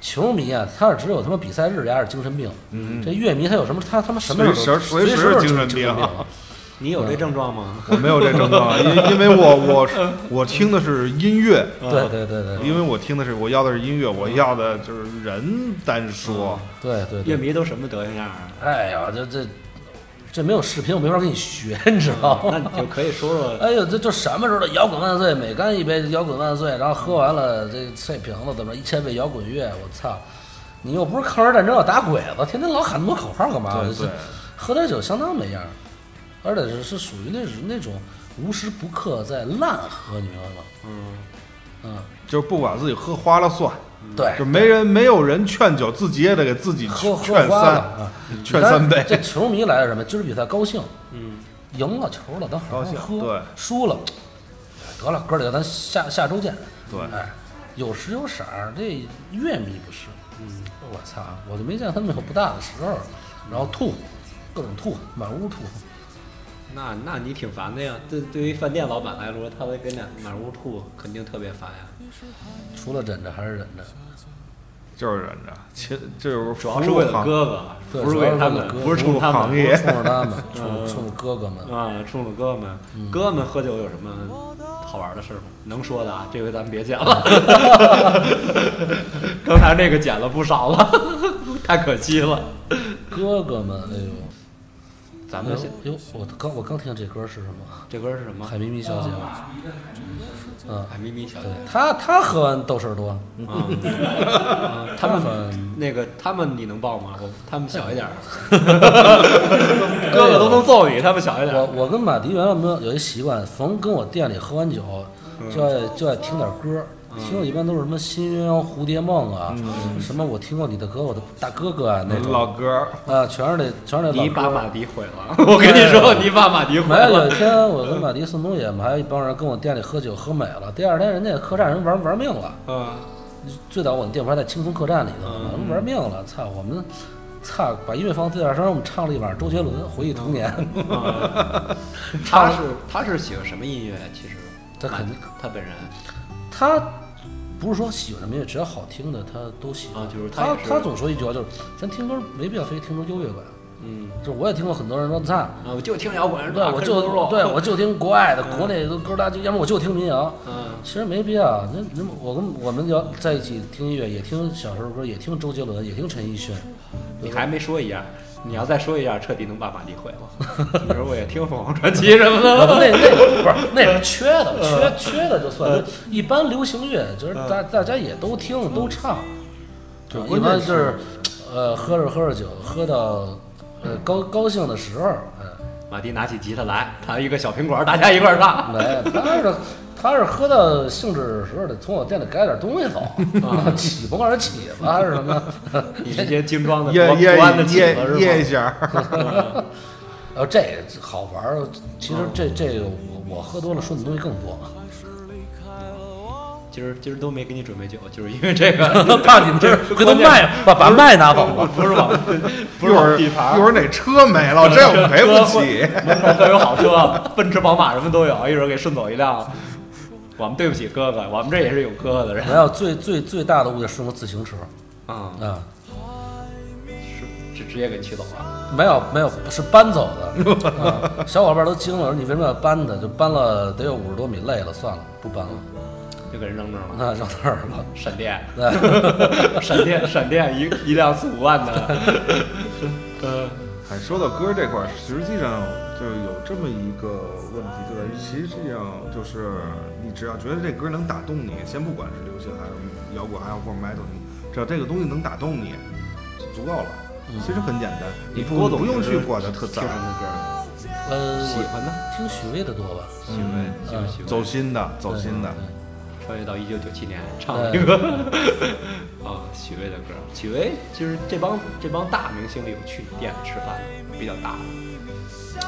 Speaker 4: 球迷啊，他是只有他妈比赛日呀是精神病，
Speaker 5: 嗯，
Speaker 4: 这乐迷他有什么他他妈什么时候都
Speaker 5: 随
Speaker 4: 随时都
Speaker 5: 时随时
Speaker 4: 精
Speaker 5: 精神病
Speaker 4: 病。
Speaker 3: 你有
Speaker 4: 嗯
Speaker 3: 这症状吗？
Speaker 5: 我没有这症状，因因为我我我听的是音乐，
Speaker 4: 对对对对
Speaker 5: 因为我听的是我要的是音乐，我要的就是人单说，
Speaker 4: 对对
Speaker 3: 乐
Speaker 4: 对，
Speaker 3: 迷都什么德行样儿啊？
Speaker 4: 哎呀，这这这没有视频，我没法跟你学，你知道吗？
Speaker 3: 那你就可以说说，
Speaker 4: 哎呦，这就什么时候的摇滚万岁，每干一杯摇滚万岁，然后喝完了这碎瓶子，怎么一千杯摇滚乐？我操！你又不是抗日战争要打鬼子，天天老喊那么多口号干嘛？
Speaker 5: 对
Speaker 4: 就是
Speaker 5: 对，
Speaker 4: 喝点酒相当没样儿，而且是是属于那那种无时不刻在烂喝，你明白吗？
Speaker 3: 嗯，
Speaker 4: 嗯，
Speaker 5: 就是不管自己喝花了算，
Speaker 4: 对，
Speaker 5: 就没人没有人劝酒，自己也得给自己
Speaker 4: 喝喝
Speaker 5: 劝
Speaker 4: 花了
Speaker 5: 三，
Speaker 4: 啊！
Speaker 5: 劝三
Speaker 4: 但
Speaker 5: 杯
Speaker 4: 是，这球迷来了什么？今儿比赛高兴，
Speaker 3: 嗯，
Speaker 4: 赢了球了，咱好好
Speaker 5: 高兴
Speaker 4: 喝；
Speaker 5: 对
Speaker 4: 输了，得了，哥儿几个，咱下下周见。
Speaker 5: 对
Speaker 4: 哎，有时有色儿，这乐迷不是。嗯，我操，我就没见他们有不大的时候，然后吐，各种吐，满屋吐。
Speaker 3: 那那你挺烦的呀。对，对于饭店老板来说，他会跟两满屋吐，肯定特别烦呀。
Speaker 4: 除了忍着还是忍 着，
Speaker 5: 就是忍着，其就是
Speaker 3: 主要是为了哥哥，
Speaker 4: 对
Speaker 3: 不是为了他
Speaker 4: 主要是为了
Speaker 3: 们
Speaker 4: 哥，哥
Speaker 3: 不是冲他
Speaker 5: 服务行
Speaker 3: 们
Speaker 5: 业
Speaker 4: 冲着他们，
Speaker 3: 嗯
Speaker 4: 冲冲着哥哥们。
Speaker 3: 啊，冲着哥们，哥们喝酒有什么好玩的事儿吗？能说的啊，这回咱们别讲了。 刚才那个减了不 少了，太可惜了。
Speaker 4: 哥哥们，哎呦，
Speaker 3: 咱们先，
Speaker 4: 哎呦，我刚我刚听这歌是什么？
Speaker 3: 这歌是什么？
Speaker 4: 海咪咪小姐
Speaker 3: 啊
Speaker 4: 吗。嗯，
Speaker 3: 海咪咪小姐
Speaker 4: 对，他他喝完豆豉儿多，嗯
Speaker 3: 啊，啊他们
Speaker 4: 很
Speaker 3: 那个他们你能报吗？我他们小一点儿，哥哥都能揍你，他们小一点
Speaker 4: 我
Speaker 3: 儿。
Speaker 4: 我跟马迪原来没有有一习惯，逢跟我店里喝完酒，就爱就爱听点歌，听的一般都是什么《新鸳鸯蝴蝶梦》啊，什么我听过你的歌，我的大哥哥啊那种，
Speaker 5: 老哥，
Speaker 4: 啊，全是那全是那
Speaker 3: 你
Speaker 4: 老
Speaker 3: 把
Speaker 4: 歌。
Speaker 3: 马迪毁了，我跟你说，你把马迪毁
Speaker 4: 没有，有
Speaker 3: 了
Speaker 4: 一。天我跟马迪、宋冬野，我们还有一帮人跟我店里喝酒，喝美了。第二天人家客栈人玩玩命了，
Speaker 3: 啊，
Speaker 4: 最早我那店铺还在青松客栈里头，呢，玩命了，操我们，操把音乐放最大声，我们唱了一晚上周杰伦，回忆童年。
Speaker 3: 他是他是喜欢什么音乐？其实
Speaker 4: 他肯定
Speaker 3: 他本人
Speaker 4: 他不是说喜欢什么音乐，只要好听的他都喜欢。
Speaker 3: 啊就是他
Speaker 4: 他
Speaker 3: 也是
Speaker 4: 总说一句话，就是咱听歌没必要非听出优越感。
Speaker 3: 嗯
Speaker 4: 就是我也听过很多人说，操，
Speaker 3: 啊，我就听摇滚，
Speaker 4: 对我就 对我就听国外的、国内的歌大就要么我就听民谣。
Speaker 3: 嗯
Speaker 4: 其实没必要，那那么我跟我们聊在一起听音乐，也听小时候歌，也听周杰伦，也听陈奕迅。
Speaker 3: 你还没说一样，你要再说一样，彻底能把马迪毁了。比如我也听凤凰传奇什么
Speaker 4: 啊不
Speaker 3: 的，
Speaker 4: 那那不是那是缺的，缺缺的就算了。一般流行乐就是大大家也都听都唱，啊一般就是呃喝着喝着酒，喝到呃高高兴的时候，哎，
Speaker 3: 马迪拿起吉他来，弹一个小苹果，大家一块儿唱。
Speaker 4: 来他是他是喝到兴致的时候得从我店里改点东西走，啊， 起甭管是起吧是什么，
Speaker 3: 你直接精装的
Speaker 5: 夜
Speaker 3: 国
Speaker 5: 夜
Speaker 3: 国安的起
Speaker 5: 夜
Speaker 3: 了
Speaker 5: 夜一
Speaker 3: 是吗？
Speaker 5: 下，
Speaker 4: 然后这个好玩儿。其实这这个我我喝多了说的东西更多，。
Speaker 3: 今儿今儿都没给你准备酒，就是因为这个
Speaker 4: 怕你们这回头麦把把麦拿走了。
Speaker 3: 不是吧？
Speaker 5: 一
Speaker 3: 不是
Speaker 5: 会儿
Speaker 3: 底盘
Speaker 5: 一会儿哪车没了，这我赔不起。
Speaker 3: 门口都有好车，奔驰、宝马什么都有，一会儿给顺走一辆。我们对不起哥哥，我们这也是有哥哥的人嗯
Speaker 4: 没有最最最大的误解是用自行车
Speaker 3: 啊、
Speaker 4: 啊，
Speaker 3: 是直直接给取走了。
Speaker 4: 没有没有，是搬走的。啊小伙伴都惊了，说你为什么要搬它？就搬了得有五十多米，累了，算了，不搬了，
Speaker 3: 就给人扔那儿了。
Speaker 4: 那扔那儿了。
Speaker 3: 闪 电，
Speaker 4: 对，
Speaker 3: 闪电，闪电，一一辆四五万的，呃，
Speaker 5: 哎，说到歌这块儿，实际上就有这么一个问题，就在于实际上就是你只要觉得这歌能打动你，先不管是流行还是摇滚，还是或者 metal，你只要这个东西能打动你，就足够了。
Speaker 3: 嗯
Speaker 5: 其实很简单，你不
Speaker 3: 郭总
Speaker 5: 不用
Speaker 3: 是
Speaker 5: 去管它特
Speaker 3: 听
Speaker 5: 杂
Speaker 3: 什，么歌？
Speaker 4: 呃，
Speaker 3: 喜
Speaker 4: 我
Speaker 3: 欢呢？
Speaker 4: 听许巍的多吧，
Speaker 3: 喜欢，喜欢，喜欢。
Speaker 5: 走心的，走心的。
Speaker 3: 穿越到一九九七年唱那个啊，许巍的歌。许巍其实这帮这帮大明星里有去你店里吃饭的比较大的。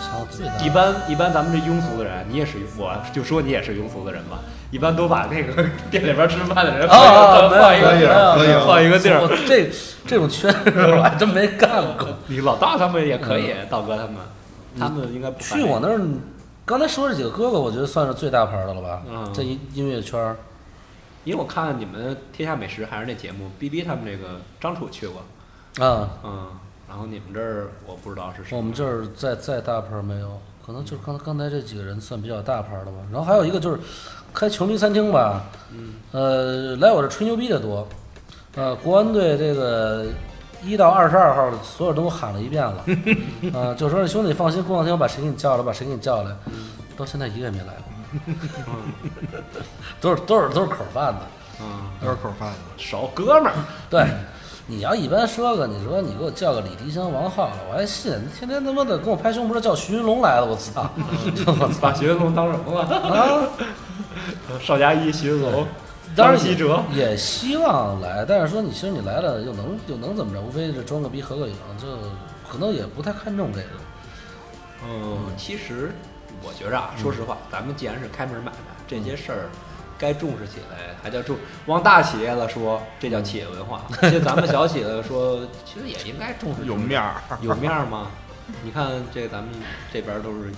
Speaker 4: 唱最大
Speaker 3: 一般一般咱们这庸俗的人，你也是我就说你也是庸俗的人吧，一般都把那个 店里边吃饭的人
Speaker 4: 啊啊，没有
Speaker 3: 换一
Speaker 4: 没有
Speaker 3: 个
Speaker 4: 没有没有
Speaker 3: 换一个地
Speaker 4: 我
Speaker 3: 儿。
Speaker 4: 这这种圈子我还真没干过。
Speaker 3: 你老大他们也可以，道哥他们，他们应该不
Speaker 4: 嗯去我那儿，刚才说这几个哥哥，我觉得算是最大牌的了吧？
Speaker 3: 嗯
Speaker 4: 这一音乐圈儿，
Speaker 3: 因为我看你们《天下美食》还是那节目，B B 他们那个张楚去过，
Speaker 4: 啊，
Speaker 3: 嗯，然后你们这儿我不知道是谁，
Speaker 4: 我们这儿再再大牌儿没有，可能就是刚刚才这几个人算比较大牌儿的吧。然后还有一个就是开穷逼餐厅吧，呃，来我这吹牛逼的多，呃，国安队这个。一到二十二号的所有人都给我喊了一遍了，啊、就说兄弟放心，过两天我把谁给你叫来，把谁给你叫来，到现在一个也没来过， 都是都是都是口饭的，
Speaker 3: 嗯，
Speaker 5: 都是口饭的。
Speaker 3: 少哥们儿，
Speaker 4: 对，你要一般说个，你说你给我叫个李迪香、王浩了，我还信。天天他妈的跟我拍胸脯的叫徐云龙来了，我操！ 我操！
Speaker 3: 把徐云龙当什么了？
Speaker 4: 啊，
Speaker 3: 邵佳一、徐云龙、
Speaker 4: 当然
Speaker 3: 张稀哲，
Speaker 4: 也也希望来，但是说你其实你来了又能又能怎么着？无非是装个逼合个影，就可能也不太看重这个。
Speaker 3: 嗯，其实我觉着啊，说实话，咱们既然是开门买卖，这些事儿该重视起来，还叫重。往大企业了说，这叫企业文化；其实咱们小企业了说，其实也应该重视。
Speaker 5: 有面儿，
Speaker 3: 嗯有面儿吗？你看这咱们这边都是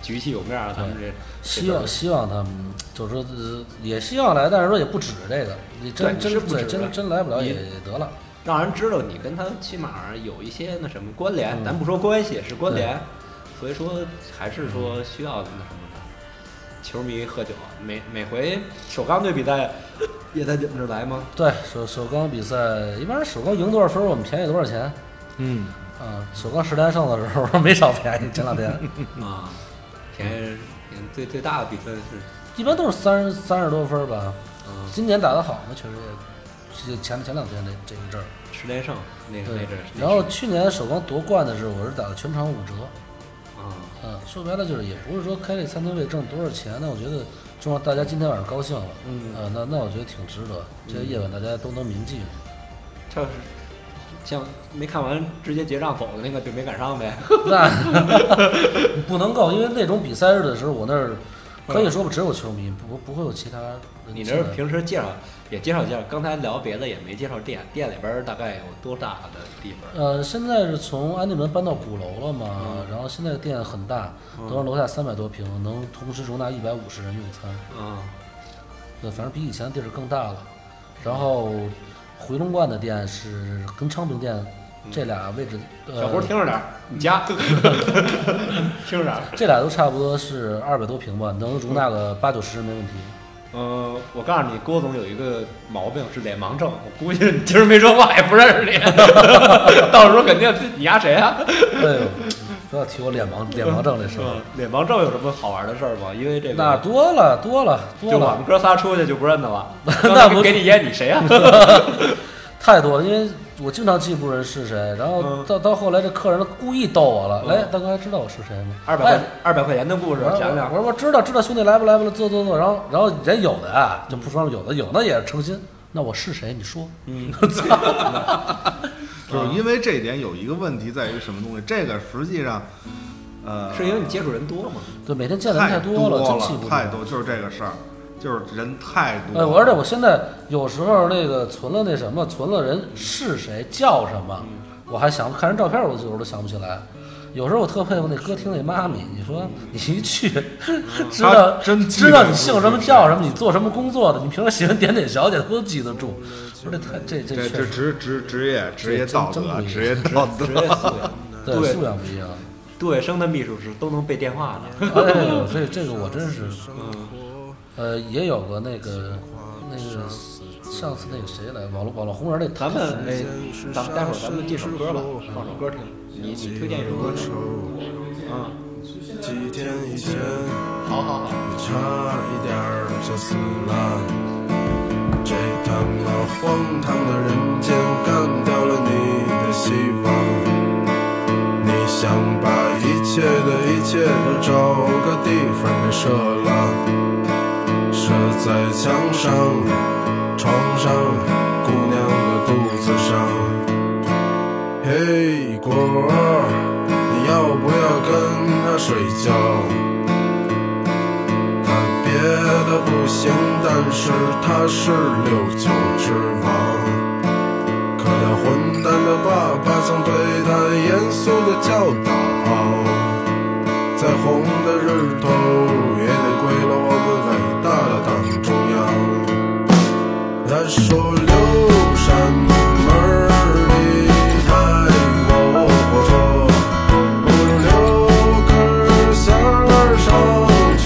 Speaker 3: 举起有面儿，咱们这
Speaker 4: 希望希望他们就是说、呃也希望来，但是说也不指着这个，你真
Speaker 3: 对
Speaker 4: 真
Speaker 3: 是不
Speaker 4: 对
Speaker 3: 指着
Speaker 4: 真真来不了
Speaker 3: 你
Speaker 4: 也也得了。
Speaker 3: 让人知道你跟他起码有一些那什么关联，
Speaker 4: 嗯
Speaker 3: 咱不说关系是关
Speaker 4: 对嗯
Speaker 3: 联，所以说还是说需要那什么的。球迷喝酒，每每回首钢队比赛也在你们这儿来吗？
Speaker 4: 对首首钢比赛，一般首钢赢多少分儿，我们便宜多少钱。
Speaker 5: 嗯，
Speaker 4: 啊，首钢十连胜的时候没少便宜，前 两天
Speaker 3: 啊，便宜便宜最最大的比分是，
Speaker 4: 一般都是三十三十多分儿吧。
Speaker 3: 嗯，
Speaker 4: 今年打得好吗？确实也，就前前两天这这一阵儿。
Speaker 3: 十连胜那个那
Speaker 4: 对
Speaker 3: 阵儿，，
Speaker 4: 然后去年首钢夺冠的时候，我是打了全场五折。
Speaker 3: 啊，
Speaker 4: 嗯，说白了就是，也不是说开这餐厅费挣多少钱，那我觉得重要，大家今天晚上高兴了，
Speaker 3: 嗯
Speaker 4: 啊、那那我觉得挺值得，这夜晚大家都能铭记。
Speaker 3: 这是像没看完直接结账走的那个就没赶上 呗。
Speaker 4: 那不能够，因为那种比赛日的时候，我那儿可以说我只有球迷，不不会有其他人进来。
Speaker 3: 你这平时介绍也介绍介绍，刚才聊别的也没介绍店，店里边儿大概有多大的地方？
Speaker 4: 呃，现在是从安定门搬到鼓楼了嘛，
Speaker 3: 嗯
Speaker 4: 然后现在店很大，都是楼下三百多平，能同时容纳一百五十人用餐，
Speaker 3: 嗯，
Speaker 4: 对，反正比以前地儿更大了。然后回龙观的店是跟昌平店这俩位置，呃，
Speaker 3: 嗯小胡听着点儿，你家 听着点儿。
Speaker 4: 这俩都差不多是二百多平吧，能容纳个八九十人没 问题。
Speaker 3: 呃，我告诉你，郭总有一个毛病是脸盲症，我估计你今儿没说话也不认识 你，到时候肯定你压谁啊？
Speaker 4: 哎呦，不要提我脸盲脸盲症这事儿
Speaker 3: 嗯，，脸盲症有什么好玩的事儿吗？因为这个
Speaker 4: 那多了多了
Speaker 3: 就
Speaker 4: 多
Speaker 3: 我们
Speaker 4: 了，
Speaker 3: 哥仨出去就不认得了，
Speaker 4: 那不
Speaker 3: 给你演你谁啊？
Speaker 4: 太多了，因为我经常记不住人是谁，然后
Speaker 3: 嗯
Speaker 4: 到、到后来这客人故意逗我了，
Speaker 3: 嗯
Speaker 4: 来大哥还知道我是谁吗？
Speaker 3: 二百
Speaker 4: 哎
Speaker 3: 块二百块钱的故事
Speaker 4: 我说
Speaker 3: 讲讲
Speaker 4: 我。说我知道知道，兄弟来不来不了，坐坐坐。然后然后人有的啊，就不说了，有的有的也是诚心。那我是谁？你说。
Speaker 3: 嗯，
Speaker 5: 就是因为这一点有一个问题在于什么东西？这个实际上，呃，
Speaker 3: 是因为你接触人多吗？
Speaker 4: 对，每天见的人
Speaker 5: 太
Speaker 4: 多
Speaker 5: 了，
Speaker 4: 真记不住。
Speaker 5: 太多，就是这个事儿，就是人太多
Speaker 4: 哎，
Speaker 5: 了。
Speaker 4: 我而且我现在有时候那个存了那什
Speaker 5: 嗯
Speaker 4: 么，存了人是谁叫什么，我还想看人照片，我有时候都想不起来。有时候我特佩服那歌厅那妈咪，你说你一去， 知
Speaker 5: 嗯啊她
Speaker 4: 道
Speaker 5: 真记
Speaker 4: 知道你
Speaker 5: 得住
Speaker 4: 姓什么
Speaker 5: 是
Speaker 4: 叫什么，你做什么工作的，你平时喜欢点哪小姐，她都记得住。我说这太这这
Speaker 5: 这
Speaker 4: 确
Speaker 5: 这
Speaker 4: 实
Speaker 5: 职职职业职业
Speaker 4: 真
Speaker 5: 道
Speaker 4: 真
Speaker 5: 德
Speaker 4: 不，一
Speaker 5: 职业道 德。
Speaker 4: 对
Speaker 3: 对
Speaker 4: 素养不 一样。
Speaker 3: 杜月笙的秘书是都能背电话的。
Speaker 4: 哎呦，这这个我真是，
Speaker 5: 嗯
Speaker 4: 呃，也有个那个那个上次那个谁来，网络网络红人那
Speaker 3: 咱们哎，咱们待会儿咱们这首歌吧，放首歌听。你你推荐一首歌听。嗯，
Speaker 6: 几天以前，
Speaker 3: 好好好。
Speaker 6: 你差一点儿就死了。这他妈荒唐的人间，干掉了你的希望。你想把一切的一切都找个地方给射了，射在墙上、床上、姑娘的肚子上。嘿，果儿，你要不要跟他睡觉？他别的不行，但是他是六九之王。可那混蛋的爸爸曾对他严肃的教导，再红的日头也得归了我们伟大的党中央。他说六扇门儿里太窝火，不如六根弦儿上去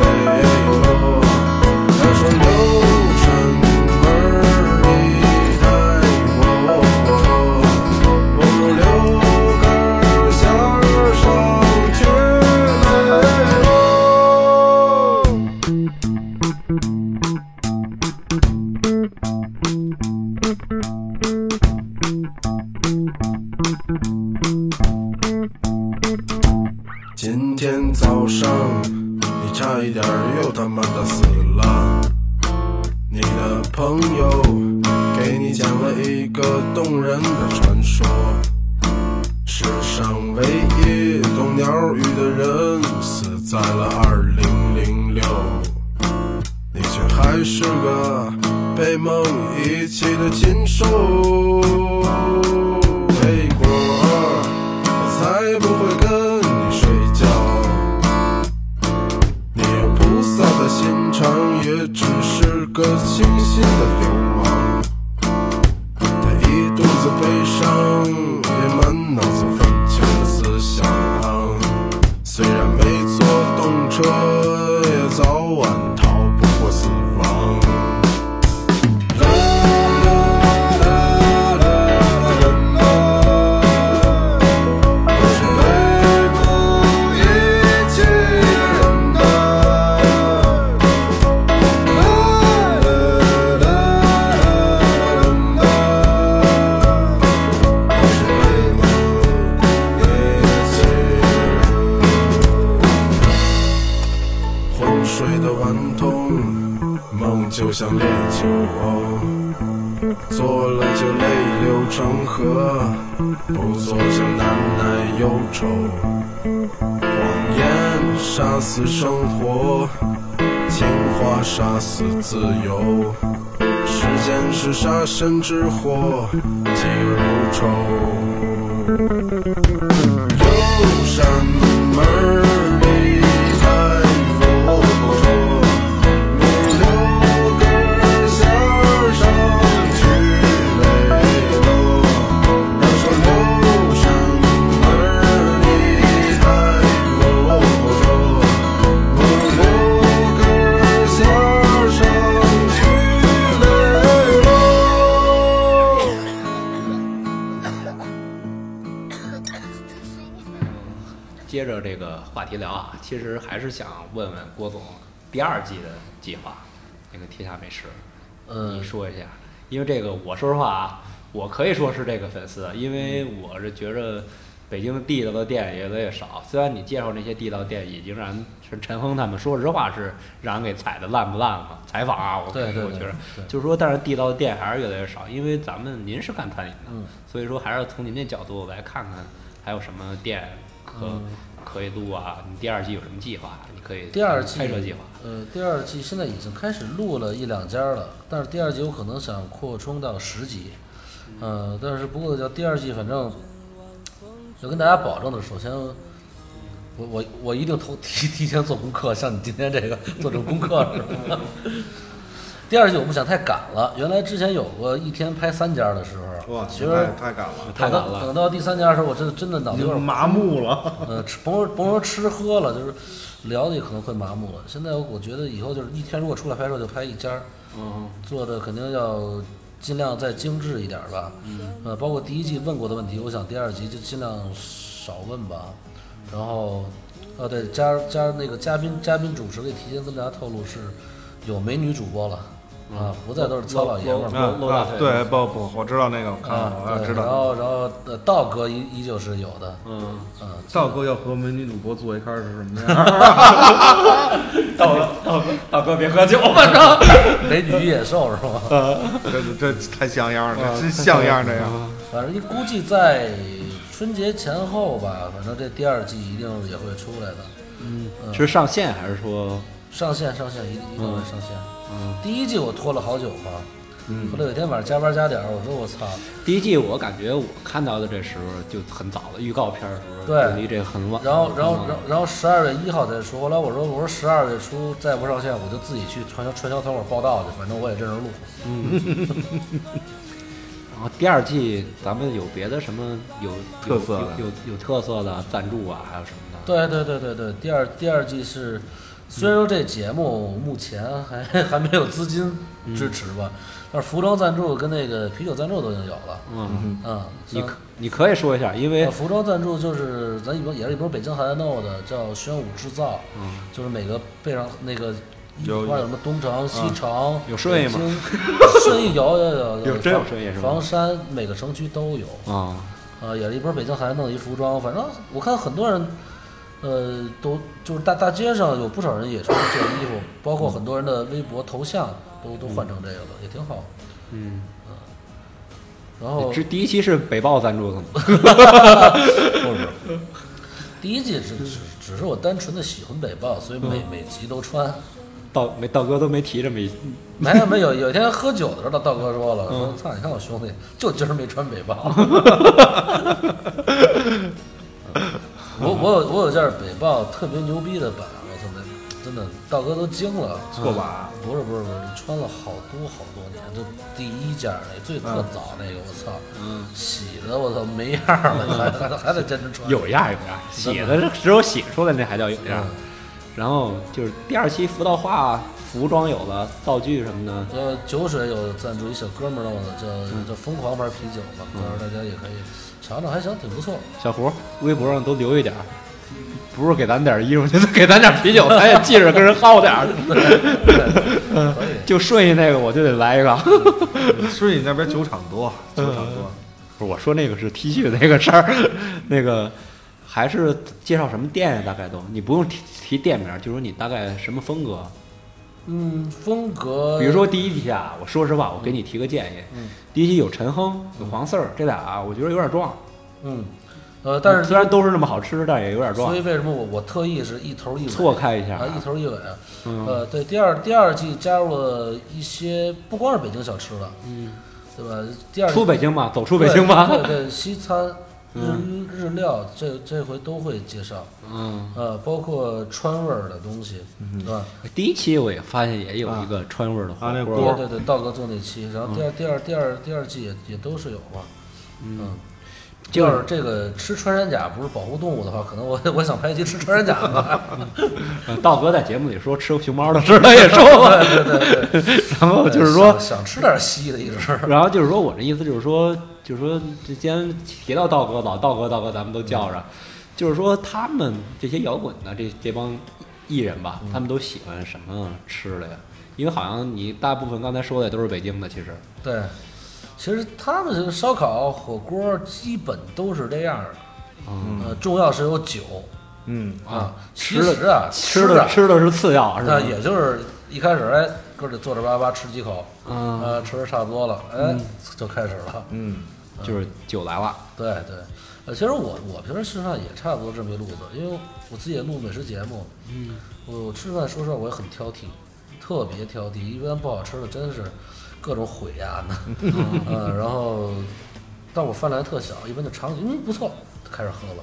Speaker 6: 磊落。他说六扇门儿里太窝火，不如六根弦儿上去磊落。今天早上，你差一点儿又他妈的死了。你的朋友给你讲了一个动人的传说，世上唯一懂鸟语的人死在了二零零六，你却还是个被梦遗弃的禽兽。背果儿，我才不会跟你睡觉。你菩萨的心肠也只是个清新的流氓，他一肚子悲伤，也满脑子愤青的思想。虽然没坐动车，也早晚逃不过死亡。啦啦啦啦啦啦啦。我是被不遗弃的人呐！啦啦啦啦啦啦！我是被不遗弃的人。昏睡的顽童，梦就像烈酒，做了就泪流成河。不做就难耐忧愁。谎言杀死生活，情话杀死自由。时间是杀身之祸，嫉恶如仇。右扇门儿里太佛说，不留根弦儿上去磊落。他说六扇门里太啰嗦，不留根弦上去磊落。
Speaker 3: 接着这个话题聊啊，其实还是想问问郭总第二季的计划，那个天下美食，你
Speaker 4: 嗯，
Speaker 3: 说一下，因为这个我说实话啊，我可以说是这个粉丝，啊因为
Speaker 4: 嗯
Speaker 3: 我是觉着北京地道的店也越来越少。虽然你介绍那些地道店已经让人陈陈峰他们说实话是让人给踩的烂不烂了，采访啊，我
Speaker 4: 对对
Speaker 3: 我觉
Speaker 4: 对
Speaker 3: 着
Speaker 4: 对
Speaker 3: 就是说，但是地道店还是越来越少，因为咱们您是干餐饮
Speaker 4: 嗯
Speaker 3: 的，所以说还是从您这角度来看看还有什么店可、可以录啊。你第二季有什么计划？你可以
Speaker 4: 嗯第二季
Speaker 3: 拍摄计划。
Speaker 4: 呃，第二季现在已经开始录了一两家了，但是第二季我可能想扩充到十集，呃，但是不过叫第二季，反正就呃跟大家保证的，首先我我我一定头提提前做功课，像你今天这个做这个功课似的。第二季我不想太赶了，原来之前有过一天拍三家的时候，
Speaker 5: 哇，
Speaker 4: 其
Speaker 5: 太
Speaker 4: 实
Speaker 5: 太赶了，
Speaker 3: 太难
Speaker 4: 等到
Speaker 3: 了。
Speaker 4: 等到第三家的时候，我真的真的脑子
Speaker 5: 你
Speaker 4: 有点
Speaker 5: 麻木了。
Speaker 4: 呃，吃甭说甭说吃喝了，就是聊的也可能会麻木了。现在我我觉得以后就是一天如果出来拍摄就拍一家，嗯，做的肯定要尽量再精致一点吧。嗯，呃，包括第一季问过的问题，我想第二集就尽量少问吧。然后，哦对，加加那个嘉宾嘉宾主持可以提前跟大家透露是有美女主播了。啊，不再都是糙老爷们儿了
Speaker 3: 露露大腿
Speaker 5: 对，不不，我知道那个，我看
Speaker 4: 啊
Speaker 5: 了，我要
Speaker 4: 对
Speaker 5: 知
Speaker 4: 然
Speaker 5: 道。
Speaker 4: 后，然后，呃，道哥依依旧是有的，
Speaker 3: 嗯，
Speaker 4: 嗯，
Speaker 5: 道哥要和美女主播坐一块儿是什 么样？
Speaker 3: 道道道哥别喝酒，反正
Speaker 4: 美女与野兽是吗？
Speaker 5: 这这这太像样
Speaker 4: 啊
Speaker 5: 了，这真像样这样。
Speaker 4: 反正一估计在春节前后吧，反正这第二季一定也会出来的，
Speaker 3: 是上线还是说
Speaker 4: 上线上线一定一定会上线。
Speaker 3: 嗯
Speaker 4: 第一季我拖了好久嘛，后来有一天晚上加班加点儿，我说我操，
Speaker 3: 第一季？我感觉我看到的这时候就很早了，预告片儿的时候
Speaker 4: 对
Speaker 3: 就离这个很晚。
Speaker 4: 然后然后
Speaker 3: 很晚
Speaker 4: 然后然后十二月一号再说，后来我说我说十二月初再不上线，我就自己去传销传销团伙报道去，反正我也认识路。
Speaker 3: 然后第二季咱们有别的什么有
Speaker 5: 特色的
Speaker 3: 有有有有特色的赞助啊，还有什么的？
Speaker 4: 对对对对对，第二第二季是，虽然说这节目目前还 还没有资金支持吧，但是服装赞助跟那个啤酒赞助都已经有了。
Speaker 3: 嗯，
Speaker 4: 嗯，
Speaker 3: 你
Speaker 4: 像
Speaker 3: 可你可以说一下，因为
Speaker 4: 呃服装赞助就是咱一帮也是一帮北京孩子弄的，叫宣武制造，
Speaker 3: 嗯
Speaker 4: 就是每个背上那个衣服
Speaker 5: 有
Speaker 4: 块儿有什么东城、西城、
Speaker 3: 有顺义吗
Speaker 4: 北京？ 顺义有有有
Speaker 3: 有真有
Speaker 4: 房
Speaker 3: 顺义是吗
Speaker 4: 房山每个城区都有，
Speaker 3: 啊，
Speaker 4: 呃，也是一帮北京孩子弄的一服装，反正我看很多人。呃，都就是大大街上有不少人也穿这个衣服，包括很多人的微博头像都都换成这个了，也挺好。啊
Speaker 3: 嗯，
Speaker 4: 然后
Speaker 3: 这第一期是北豹赞助的吗？
Speaker 4: 不是，第一季只只只是我单纯的喜欢北豹，所以每
Speaker 3: 嗯
Speaker 4: 每集都穿。
Speaker 3: 道没道哥都没提这么一，
Speaker 4: 没有没有，有一天喝酒的时候，道哥说
Speaker 5: 嗯
Speaker 4: 了，说操，你看我兄弟就今儿没穿 北豹。我我有我有件北豹特别牛逼的版，我操那真的道哥都惊了。嗯
Speaker 5: 错吧？
Speaker 4: 不是不是不是，穿了好多好多年，就第一件儿那最
Speaker 5: 嗯
Speaker 4: 特早那个，我操，洗的我操没样儿了，还
Speaker 5: 嗯
Speaker 4: 还还得坚持穿。
Speaker 3: 有样儿有样儿，写的是只有写出来那还叫有样儿。然后就是第二期服道化，服装有了，道具什么的，
Speaker 4: 呃，酒水有赞助一小哥们儿弄的，
Speaker 5: 嗯
Speaker 4: 叫叫疯狂牌啤酒吧，到时候大家也可以尝尝，还行，挺不错。
Speaker 3: 小胡微博上都留一点儿，不是给咱点儿衣服，就是给咱点儿啤酒，咱也记着跟人薅点 儿。
Speaker 4: 可以，
Speaker 3: 就顺义那个我就得来一个。
Speaker 5: 顺义那边酒厂多，酒厂
Speaker 4: 嗯
Speaker 5: 多。
Speaker 3: 不是我说那个是 T 恤那个事儿，那个还是介绍什么店呀？大概都你不用提提店名儿，就说你大概什么风格。
Speaker 4: 嗯，风格，
Speaker 3: 比如说第一期啊，我说实话，我给你提个建议，
Speaker 4: 嗯
Speaker 3: 第一期有陈亨，有黄四儿，这俩啊，我觉得有点壮。
Speaker 4: 嗯，呃，但是
Speaker 3: 虽然都是那么好吃，但也有点
Speaker 4: 所
Speaker 3: 壮
Speaker 4: 以。为什么我我特意是一头一尾
Speaker 3: 错开一下
Speaker 4: 啊，一头一尾，
Speaker 3: 嗯
Speaker 4: 呃，对，第二第二季加入了一些不光是北京小吃了，
Speaker 3: 嗯，
Speaker 4: 对吧？第二
Speaker 3: 出北
Speaker 4: 京，
Speaker 3: 京嘛，走出北京嘛。
Speaker 4: 对对，对西 餐、日日料这这回都会介绍，
Speaker 3: 嗯，
Speaker 4: 呃，包括川味儿的东西，对吧？
Speaker 3: 第一期我也发现也有一个川味儿的
Speaker 5: 啊
Speaker 3: 火
Speaker 5: 那
Speaker 3: 锅
Speaker 5: 锅
Speaker 3: 儿，
Speaker 4: 对对对，道哥做那期，然后
Speaker 3: 嗯
Speaker 4: 第二、第二第二第二季也也都是有嘛，嗯，
Speaker 3: 就
Speaker 4: 要
Speaker 3: 是
Speaker 4: 是这个吃穿山甲不是保护动物的话，可能我 我想拍一期吃穿山甲吧。
Speaker 3: 呃道哥在节目里说吃熊猫的事儿，他也说了。
Speaker 4: 对对对，
Speaker 3: 然后哦就是说
Speaker 4: 想，想吃点稀的，一直。
Speaker 3: 然后就是说我这意思就是说，就是说，这既然提到道哥，老道哥，道哥，咱们都叫
Speaker 4: 嗯
Speaker 3: 上，就是说他们这些摇滚的这这帮艺人吧，
Speaker 4: 嗯
Speaker 3: 他们都喜欢什么吃的呀？因为好像你大部分刚才说的都是北京的，其实
Speaker 4: 对，其实他们这烧烤、火锅基本都是这样的。
Speaker 3: 哦
Speaker 4: 呃，重要是有酒
Speaker 5: 嗯，
Speaker 4: 啊。其
Speaker 3: 吃的
Speaker 4: 实啊，
Speaker 3: 吃
Speaker 4: 的
Speaker 3: 的吃的是次要，是吧
Speaker 4: 那？也就是一开始，哎，哥儿得坐着叭叭吃几口，
Speaker 3: 嗯
Speaker 4: 呃，吃的差不多了，哎，就开始了。
Speaker 5: 嗯，
Speaker 3: 就是酒来了，
Speaker 4: 对对，呃，其实我我平时吃饭也差不多这么一路子，因为我自己也录美食节目，嗯，我吃饭说实话我也很挑剔，特别挑剔，一般不好吃的真是各种毁呃呀、呢，嗯，然后，但我饭量还特小，一般就尝，嗯，不错，开始喝了。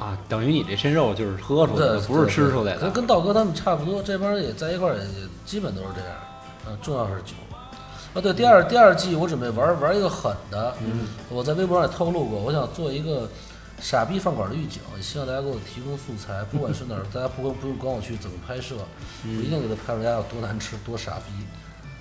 Speaker 3: 啊，等于你这身肉就是喝出来
Speaker 4: 对
Speaker 3: 的，，不是吃出来
Speaker 4: 跟
Speaker 3: 的。
Speaker 4: 跟道哥他们差不多，这帮人也在一块儿，也也基本都是这样。嗯，重要是酒。啊，对，第
Speaker 3: 嗯
Speaker 4: 二第二季我准备玩玩一个狠的，嗯，我在微博上也透露过，我想做一个傻逼饭馆的预警，也希望大家给我提供素材，不管是 哪儿，大家不光不用管我去怎么拍摄，
Speaker 3: 嗯
Speaker 4: 我一定给他拍出来有多难吃多傻逼。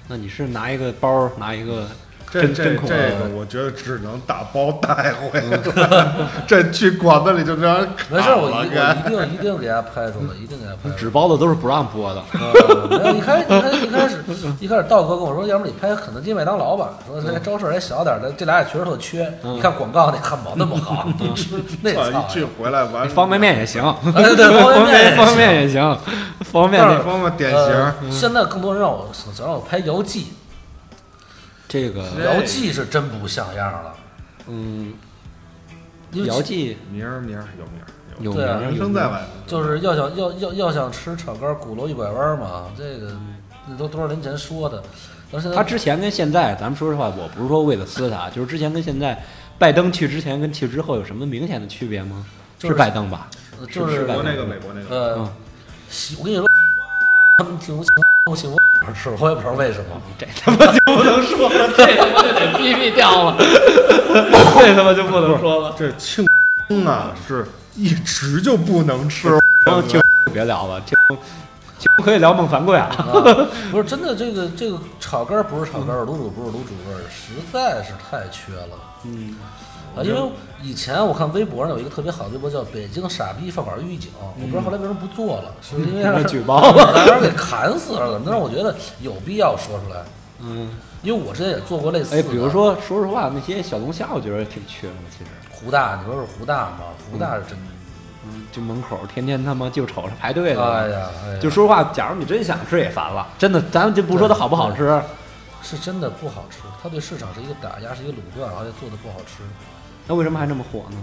Speaker 3: 那你是拿一个包，拿一个
Speaker 5: 这
Speaker 3: 真
Speaker 5: 这
Speaker 3: 真
Speaker 5: 这
Speaker 3: 空
Speaker 5: 个，我觉得只能打包带回来， 这去馆子里就让人
Speaker 4: 没事，
Speaker 5: 砍
Speaker 4: 我
Speaker 5: 了
Speaker 4: 一
Speaker 5: 该
Speaker 4: 我一定一定给大家拍出来，一定给大家拍出来。
Speaker 3: 纸包子都是不让播的。
Speaker 4: 没有，一开一开一开始一开始道哥跟我说，要不你拍肯德基、麦当劳吧，说这招事儿还小点儿的，这俩也确实特缺。你看广告那汉堡那么好，你吃那操呀
Speaker 5: 一去回来完
Speaker 3: 方便面也行，
Speaker 4: 对哎对方便面也行
Speaker 3: 方便面也行，方便
Speaker 5: 面
Speaker 3: 面
Speaker 5: 那方面典
Speaker 4: 呃
Speaker 5: 型，
Speaker 4: 现在更多人让我想让我拍姚记，
Speaker 3: 这个
Speaker 5: 对
Speaker 4: 姚记是真不像样了。
Speaker 3: 嗯，
Speaker 4: 因为
Speaker 3: 姚记
Speaker 5: 名儿名儿有名儿有
Speaker 3: 有
Speaker 4: 对啊
Speaker 3: 名儿
Speaker 5: 名儿，名
Speaker 3: 有
Speaker 5: 声
Speaker 3: 名
Speaker 5: 在
Speaker 3: 儿。
Speaker 5: 外。
Speaker 4: 就是要想要要要想吃炒肝，鼓楼一拐弯嘛，这个那都多少年前说的，到现在
Speaker 3: 他之前跟现在，咱们说实话，我不是说为了撕他，就是之前跟现在，拜登去之前跟去之后有什么明显的区别吗？
Speaker 4: 就是
Speaker 3: 是拜登吧？
Speaker 4: 就是是
Speaker 5: 美国那个，美国那个，
Speaker 4: 呃
Speaker 3: 嗯，
Speaker 4: 喜我跟你说，他们挺不行，我吃，我也不知道为什么。
Speaker 3: 这他妈就不能说了，这他妈就得逼逼掉 了，这他妈就不能说了。
Speaker 5: 这庆啊是一直就不能吃，
Speaker 3: 然后就别聊了，就就可以聊孟凡贵啊。
Speaker 4: 不是真的，这个这个炒肝儿不是炒肝儿，卤煮不是卤煮味儿，实在是太缺了。嗯，啊，因为以前我看微博上有一个特别好的微博叫“北京傻逼饭馆儿预警”，我不知道后来为什么不做了，是因为让
Speaker 3: 举报了
Speaker 4: 让人给砍死了，那让我觉得有必要说出来。
Speaker 3: 嗯，
Speaker 4: 因为我之前也做过类似的，
Speaker 3: 哎，比如说，说实话，那些小龙虾，我觉得挺缺的，其实。
Speaker 4: 胡大，你说是胡大吗？胡大是真，
Speaker 3: 嗯，就门口天天他妈就瞅着排队的。
Speaker 4: 哎呀，哎呀
Speaker 3: 就说实话，假如你真想吃也烦了，真的，咱们就不说它好不好吃，
Speaker 4: 是真的不好吃，它对市场是一个打压，是一个垄断，而且做的不好吃。
Speaker 3: 那为什么还那么火呢？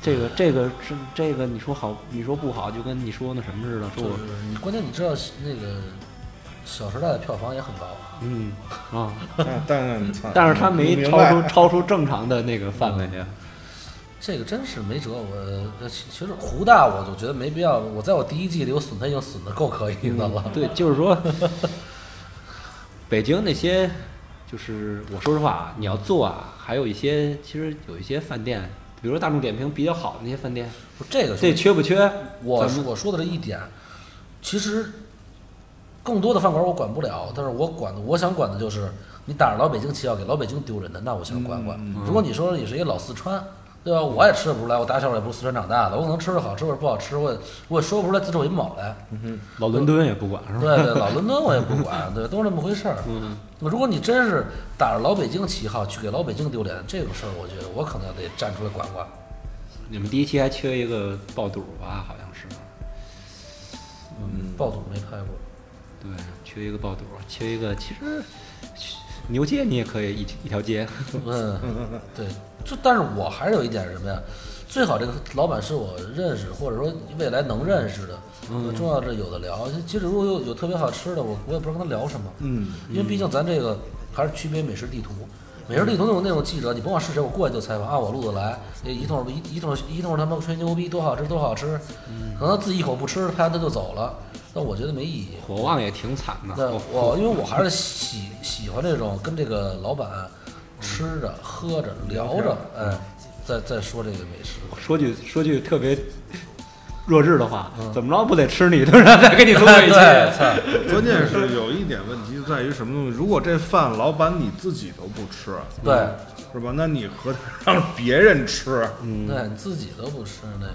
Speaker 3: 这个这个是这个，你说好，你说不好，就跟你说那什么似的，说
Speaker 4: 就
Speaker 3: 我
Speaker 4: 是你关键你知道那个《小时代》的票房也很高啊，
Speaker 3: 嗯啊，
Speaker 5: 但是你操
Speaker 3: 但是他没
Speaker 5: 明
Speaker 3: 超
Speaker 5: 白
Speaker 3: 出超出正常的那个范围 啊。
Speaker 4: 这个真是没辙。我呃其其实胡大我就觉得没必要，我在我第一季里我损他已经损的够可以的了。
Speaker 3: 嗯对，就是说，北京那些，就是我说实话啊，你要做啊，还有一些其实有一些饭店，比如说大众点评比较好的那些饭店，
Speaker 4: 不这个
Speaker 3: 这缺不缺？
Speaker 4: 我
Speaker 3: 咱们
Speaker 4: 我说的这一点，其实更多的饭馆我管不了，但是我管的我想管的就是你打着老北京旗号给老北京丢人的，那我想
Speaker 3: 嗯
Speaker 4: 管管。如果你说你是一个老四川。对吧？我也吃得不出来，我打小也不是四川长大的，我可能吃的好吃或者不好吃，我也我也说不出来自臭一毛来。
Speaker 3: 老伦敦也不管是吧？
Speaker 4: 对对，老伦敦我也不管，对，都是那么回事儿。嗯，如果你真是打着老北京旗号去给老北京丢脸，这个事儿，我觉得我可能得站出来管管。
Speaker 3: 你们第一期还缺一个爆肚吧，好像是。
Speaker 4: 嗯，暴走没拍过，
Speaker 3: 对，缺一个爆肚，缺一个其实牛街你也可以一一条街。
Speaker 4: 嗯，对，就但是我还是有一点什么呀，最好这个老板是我认识，或者说未来能认识的，重要是有的聊。即使如果有有特别好吃的，我我也不知道跟他聊什么，
Speaker 5: 嗯，
Speaker 4: 因为毕竟咱这个还是区别美食地图。美食地图那种那种记者，你甭管是谁，我过去就采访，按啊我路子来，一通一一通一通他妈吹牛逼，多好吃多好吃，可能他自己一口不吃，拍完他就走了，那我觉得没意义。
Speaker 3: 火旺也挺惨
Speaker 4: 那
Speaker 3: 的，
Speaker 4: 我因为我还是喜喜欢这种跟这个老板吃着喝着聊着，哎，再再说这个美食。
Speaker 3: 说句说句特别弱智的话，怎么着不得吃你一顿，然后再给你做一
Speaker 4: 嗯对
Speaker 3: 期？
Speaker 4: 操
Speaker 5: 关键是有一点问题在于什么东西？如果这饭老板你自己都不吃，
Speaker 4: 对
Speaker 5: 是吧？那你何谈让别人吃？
Speaker 3: 嗯
Speaker 4: 对，你自己都不吃那个，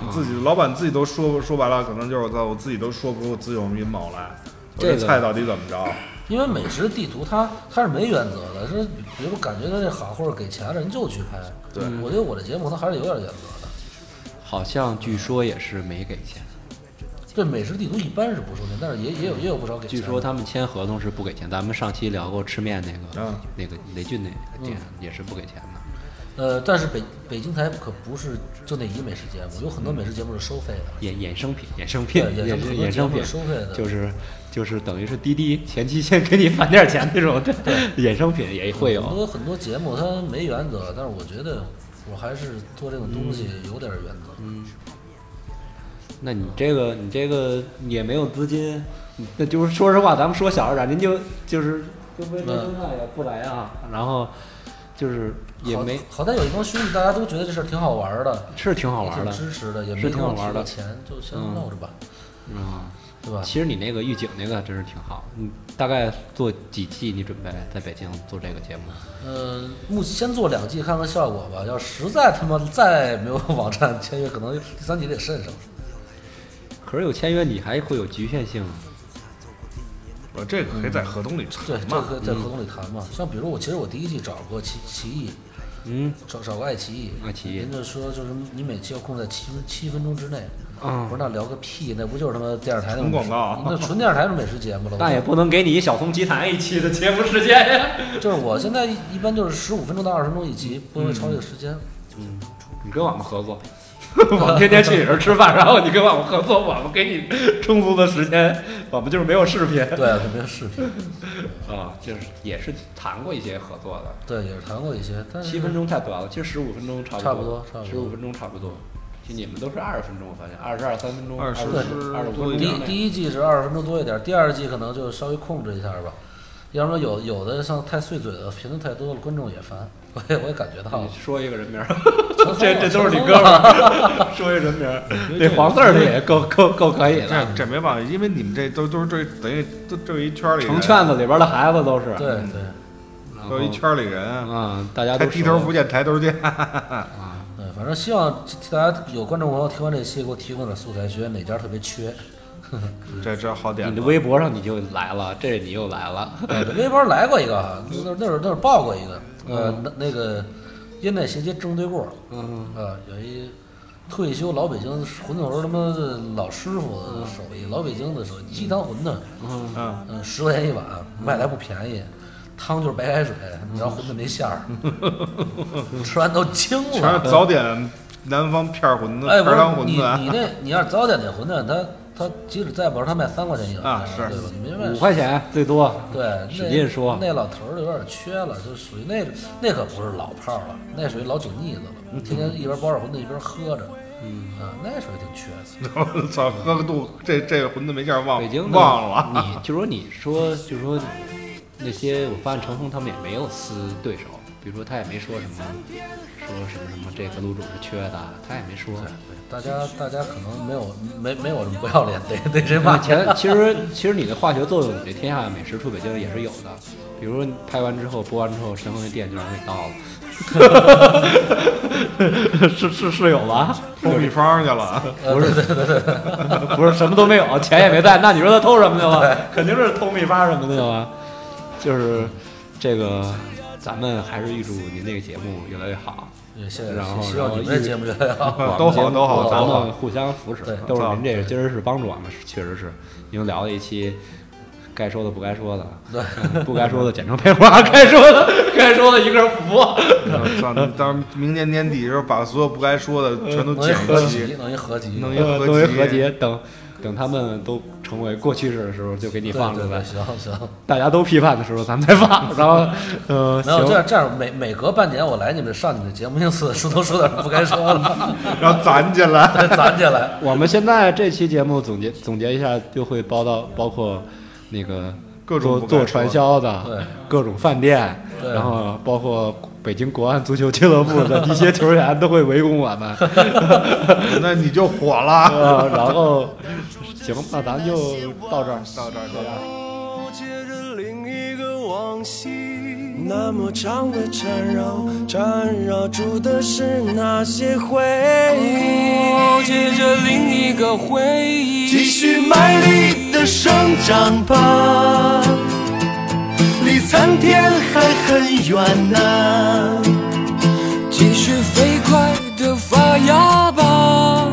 Speaker 5: 你自己老板自己都说说白了，可能就是我操，我自己都说不出自有一毛来，我
Speaker 3: 这
Speaker 5: 这
Speaker 3: 个
Speaker 5: 菜到底怎么着？
Speaker 4: 因为美食地图它它是没原则的，是比如感觉到这好或者给钱了，人就去拍。对，我觉得我这节目可能还是有点原则的。
Speaker 3: 好像据说也是没给钱，
Speaker 4: 对，美食地图一般是不收钱，但是也也有也有不少给钱
Speaker 3: 据
Speaker 4: 的。
Speaker 3: 说他们签合同是不给钱。咱们上期聊过吃面那个
Speaker 5: 嗯
Speaker 3: 那个雷军那个店
Speaker 4: 嗯
Speaker 3: 也是不给钱的，
Speaker 4: 呃，但是北北京台可不是就那一美食节目，有很多美食节目是收费的。
Speaker 3: 衍衍生品，衍生品，
Speaker 4: 对
Speaker 3: 衍生
Speaker 4: 衍生品
Speaker 3: 衍生品
Speaker 4: 收费的
Speaker 3: 就是就是等于是滴滴前期先给你返点钱那种，对，衍生品也会有。
Speaker 4: 很多很多节目它没原则，但是我觉得我还是做这种东西
Speaker 3: 嗯
Speaker 4: 有点原则。
Speaker 3: 那你这个你这个也没有资金，那就是说实话，咱们说小一点，您就就是就微微中饭也不来啊，然后就是也没
Speaker 4: 好，好歹有一帮兄弟，大家都觉得这事儿挺好玩儿的，
Speaker 3: 是挺好玩
Speaker 4: 挺
Speaker 3: 的，
Speaker 4: 支持的，也没
Speaker 3: 是挺好玩
Speaker 4: 给我提
Speaker 3: 的
Speaker 4: 过钱，就先闹着吧，
Speaker 3: 嗯。
Speaker 4: 对吧？
Speaker 3: 其实你那个预警那个真是挺好，你大概做几季？你准备在北京做这个节目？
Speaker 4: 呃，目前先做两季看看效果吧。要实在他妈再没有网站签约，可能第三季得慎上。
Speaker 3: 可是有签约，你还会有局限性。
Speaker 5: 我这个可以在合同里查
Speaker 4: 对，这
Speaker 5: 嘛。
Speaker 4: 个在合同里谈嘛。像比如我，其实我第一季找过奇奇艺，
Speaker 3: 嗯，
Speaker 4: 找找过爱奇艺，
Speaker 3: 爱奇艺
Speaker 4: 人家说就是你每期要控制在七分七分钟之内。
Speaker 3: 嗯
Speaker 4: 我说那聊个屁，那不就是他妈电视台那种
Speaker 5: 纯广告啊
Speaker 4: 那纯电视台的美食节目了。
Speaker 3: 但也不能给你一小松奇谈一期的节目时间呀。
Speaker 4: 就是我现在一般就是十五分钟到二十分钟一集，不会超这个时间。
Speaker 3: 嗯你跟我们合作， 我们天天去你这儿吃饭，然后你跟我们合作，我们给你充足的时间，我们就是没有视频
Speaker 4: 对，肯定视频，
Speaker 3: 啊，就是也是谈过一些合作的，
Speaker 4: 对，也是谈过一些，但是
Speaker 3: 七分钟太短了，其实十五分钟差
Speaker 4: 嗯差
Speaker 3: 不
Speaker 4: 不多差不多
Speaker 3: 十五分钟差不多。就你们都是二十分钟，我发现二十二三分钟，
Speaker 5: 二十
Speaker 3: 十二十五
Speaker 5: 多
Speaker 3: 分
Speaker 5: 一
Speaker 4: 第
Speaker 5: 点
Speaker 3: 钟
Speaker 4: 一第一季是二十分钟多一点，第二季可能就稍微控制一下吧，要不然有有的像太碎嘴的评论太多了，观众也烦，我也我也感觉到
Speaker 3: 你
Speaker 4: 了。
Speaker 3: 说一个人名儿，
Speaker 4: 成
Speaker 3: 这
Speaker 4: 功
Speaker 3: 这
Speaker 4: 了
Speaker 3: 都是你
Speaker 4: 成功
Speaker 3: 哥们儿。 说一人名儿，这黄字儿的也够够够可以
Speaker 5: 这
Speaker 3: 了。
Speaker 5: 这没办法，因为你们这都都是这等于都这一圈里人
Speaker 3: 成圈子里边的孩子都是，
Speaker 4: 对对，
Speaker 3: 嗯然后
Speaker 5: 都一圈里人，
Speaker 3: 啊，大家
Speaker 5: 他
Speaker 3: 都
Speaker 5: 低
Speaker 3: 熟
Speaker 5: 头不见抬头见。
Speaker 4: 对，呃反正希望大家有观众朋友听完这期给我提供点素材，觉得哪家特别缺。
Speaker 5: 这这好点
Speaker 3: 嗯你
Speaker 5: 子
Speaker 3: 的。微博上你就来了，这你又来了，
Speaker 5: 嗯
Speaker 4: 对呃微博来过一个，那那会儿那会儿爆过一个，呃，
Speaker 5: 嗯
Speaker 4: 那那个烟袋斜街正对过，
Speaker 3: 嗯，
Speaker 4: 啊，有一退休老北京馄饨头他妈的老师傅的手艺，老北京的手艺，鸡汤馄饨，
Speaker 5: 嗯，
Speaker 4: 嗯，十块钱一碗，卖的还不便宜，汤就是白开水，你
Speaker 5: 嗯
Speaker 4: 知道馄饨没馅儿，吃完都惊了。
Speaker 5: 全
Speaker 3: 嗯
Speaker 5: 是早点南方片儿馄饨、
Speaker 4: 哎，
Speaker 5: 片
Speaker 4: 不
Speaker 5: 儿
Speaker 4: 是
Speaker 5: 汤馄啊
Speaker 4: 你你
Speaker 5: 饨。
Speaker 4: 那你要是早点那馄饨，他他即使再不是他卖三块钱一碗
Speaker 5: 啊是
Speaker 4: 对吧？你没
Speaker 3: 五
Speaker 4: 办法。
Speaker 3: 块钱最多。
Speaker 4: 对，那
Speaker 3: 使劲说
Speaker 4: 那老头儿有点缺了，就属于那那可不是老炮儿了，那属于老酒腻子了，
Speaker 5: 嗯
Speaker 4: 天天一边包着馄饨一边喝着，嗯啊，那属于挺缺的。
Speaker 5: 我操，喝个肚，这这馄饨没劲儿，忘
Speaker 3: 北京的嗯
Speaker 5: 忘了。
Speaker 3: 你 就说你说就说那些，我发现程峰他们也没有撕对手，比如说他也没说什么，说什么什么这个卤煮是缺的，他也没说。
Speaker 4: 大家大家可能没有没没有这么不要脸对对这
Speaker 3: 那
Speaker 4: 骂
Speaker 3: 前其实其实你的化学作用，你这天下美食出北京也是有的。比如说你拍完之后播完之后，神风的店就让人给倒了， 是是是有吧？
Speaker 5: 偷秘方去了，
Speaker 4: 不是对对对对
Speaker 3: 不是什么都没有，钱也没带，那你说他偷什么去了？肯定是偷秘方什么的吧？就是这个，咱们还是预祝您这个节目越来越好，
Speaker 4: 对，谢谢
Speaker 3: 嗯然后
Speaker 4: 希望你们这节目越来越啊好。
Speaker 5: 都好都好
Speaker 3: 咱
Speaker 5: 都好
Speaker 3: 们互相扶持
Speaker 4: 对，
Speaker 3: 都是您这个今儿是帮助我们，确实是，因为聊了一期。该说的不该说的，
Speaker 4: 对
Speaker 3: 嗯不该说的简称配话，该说的该说的一个服。
Speaker 5: 操！当明年年底的时候，把所有不该说的全
Speaker 3: 嗯
Speaker 5: 都
Speaker 4: 弄一
Speaker 5: 嗯剪
Speaker 4: 合
Speaker 5: 一
Speaker 4: 集
Speaker 5: 集，，
Speaker 4: 弄一合集，
Speaker 5: 弄一
Speaker 3: 呃
Speaker 5: 合
Speaker 3: 作为
Speaker 5: 集
Speaker 3: 合集，等等他们都成为过去式的时候，就给你
Speaker 4: 对
Speaker 3: 放
Speaker 4: 对
Speaker 3: 出来
Speaker 4: 对，。行行。
Speaker 3: 大家都批判的时候，咱们再放。然 后，呃，
Speaker 4: 没有
Speaker 3: 行
Speaker 4: 这样这样，每每隔半年我来你们上你们节目，一次说都说点不该说了，
Speaker 5: 然后攒起来。
Speaker 4: 再攒起来。
Speaker 3: 我们现在这期节目总结总结一下，就会包到包括那个
Speaker 5: 各
Speaker 3: 做
Speaker 5: 种不该
Speaker 3: 做
Speaker 5: 说
Speaker 3: 传销的，
Speaker 4: 对
Speaker 3: 各种饭店，
Speaker 4: 对
Speaker 3: 然后包括北京国安足球俱乐部的一些球员都会围攻我 们，
Speaker 5: 那你就火了。
Speaker 3: 呃，然后行，那咱就到这儿，到这儿，到这儿。
Speaker 7: 接着另一个往昔，那么长的缠绕，缠绕住的是哪些回忆？接着另一个回忆，继续卖力的生长吧，离苍天还很远呢、继续飞快的发芽吧。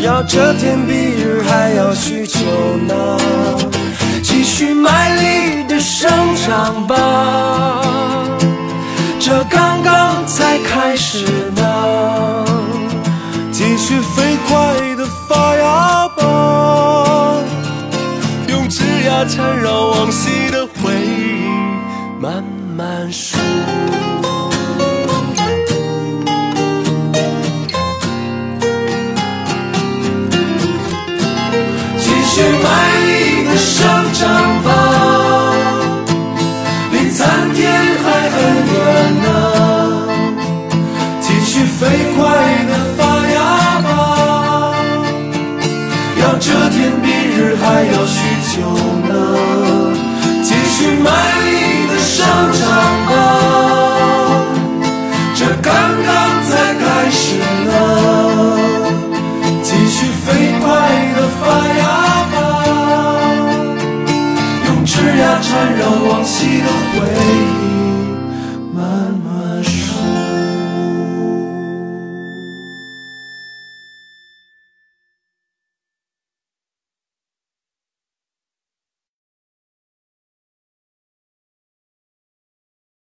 Speaker 7: 要遮天蔽日，还要许久呢。继续卖力的生长吧，这刚刚才开始呢。继续飞快的发芽吧，用枝桠缠绕往昔的回忆，慢慢数。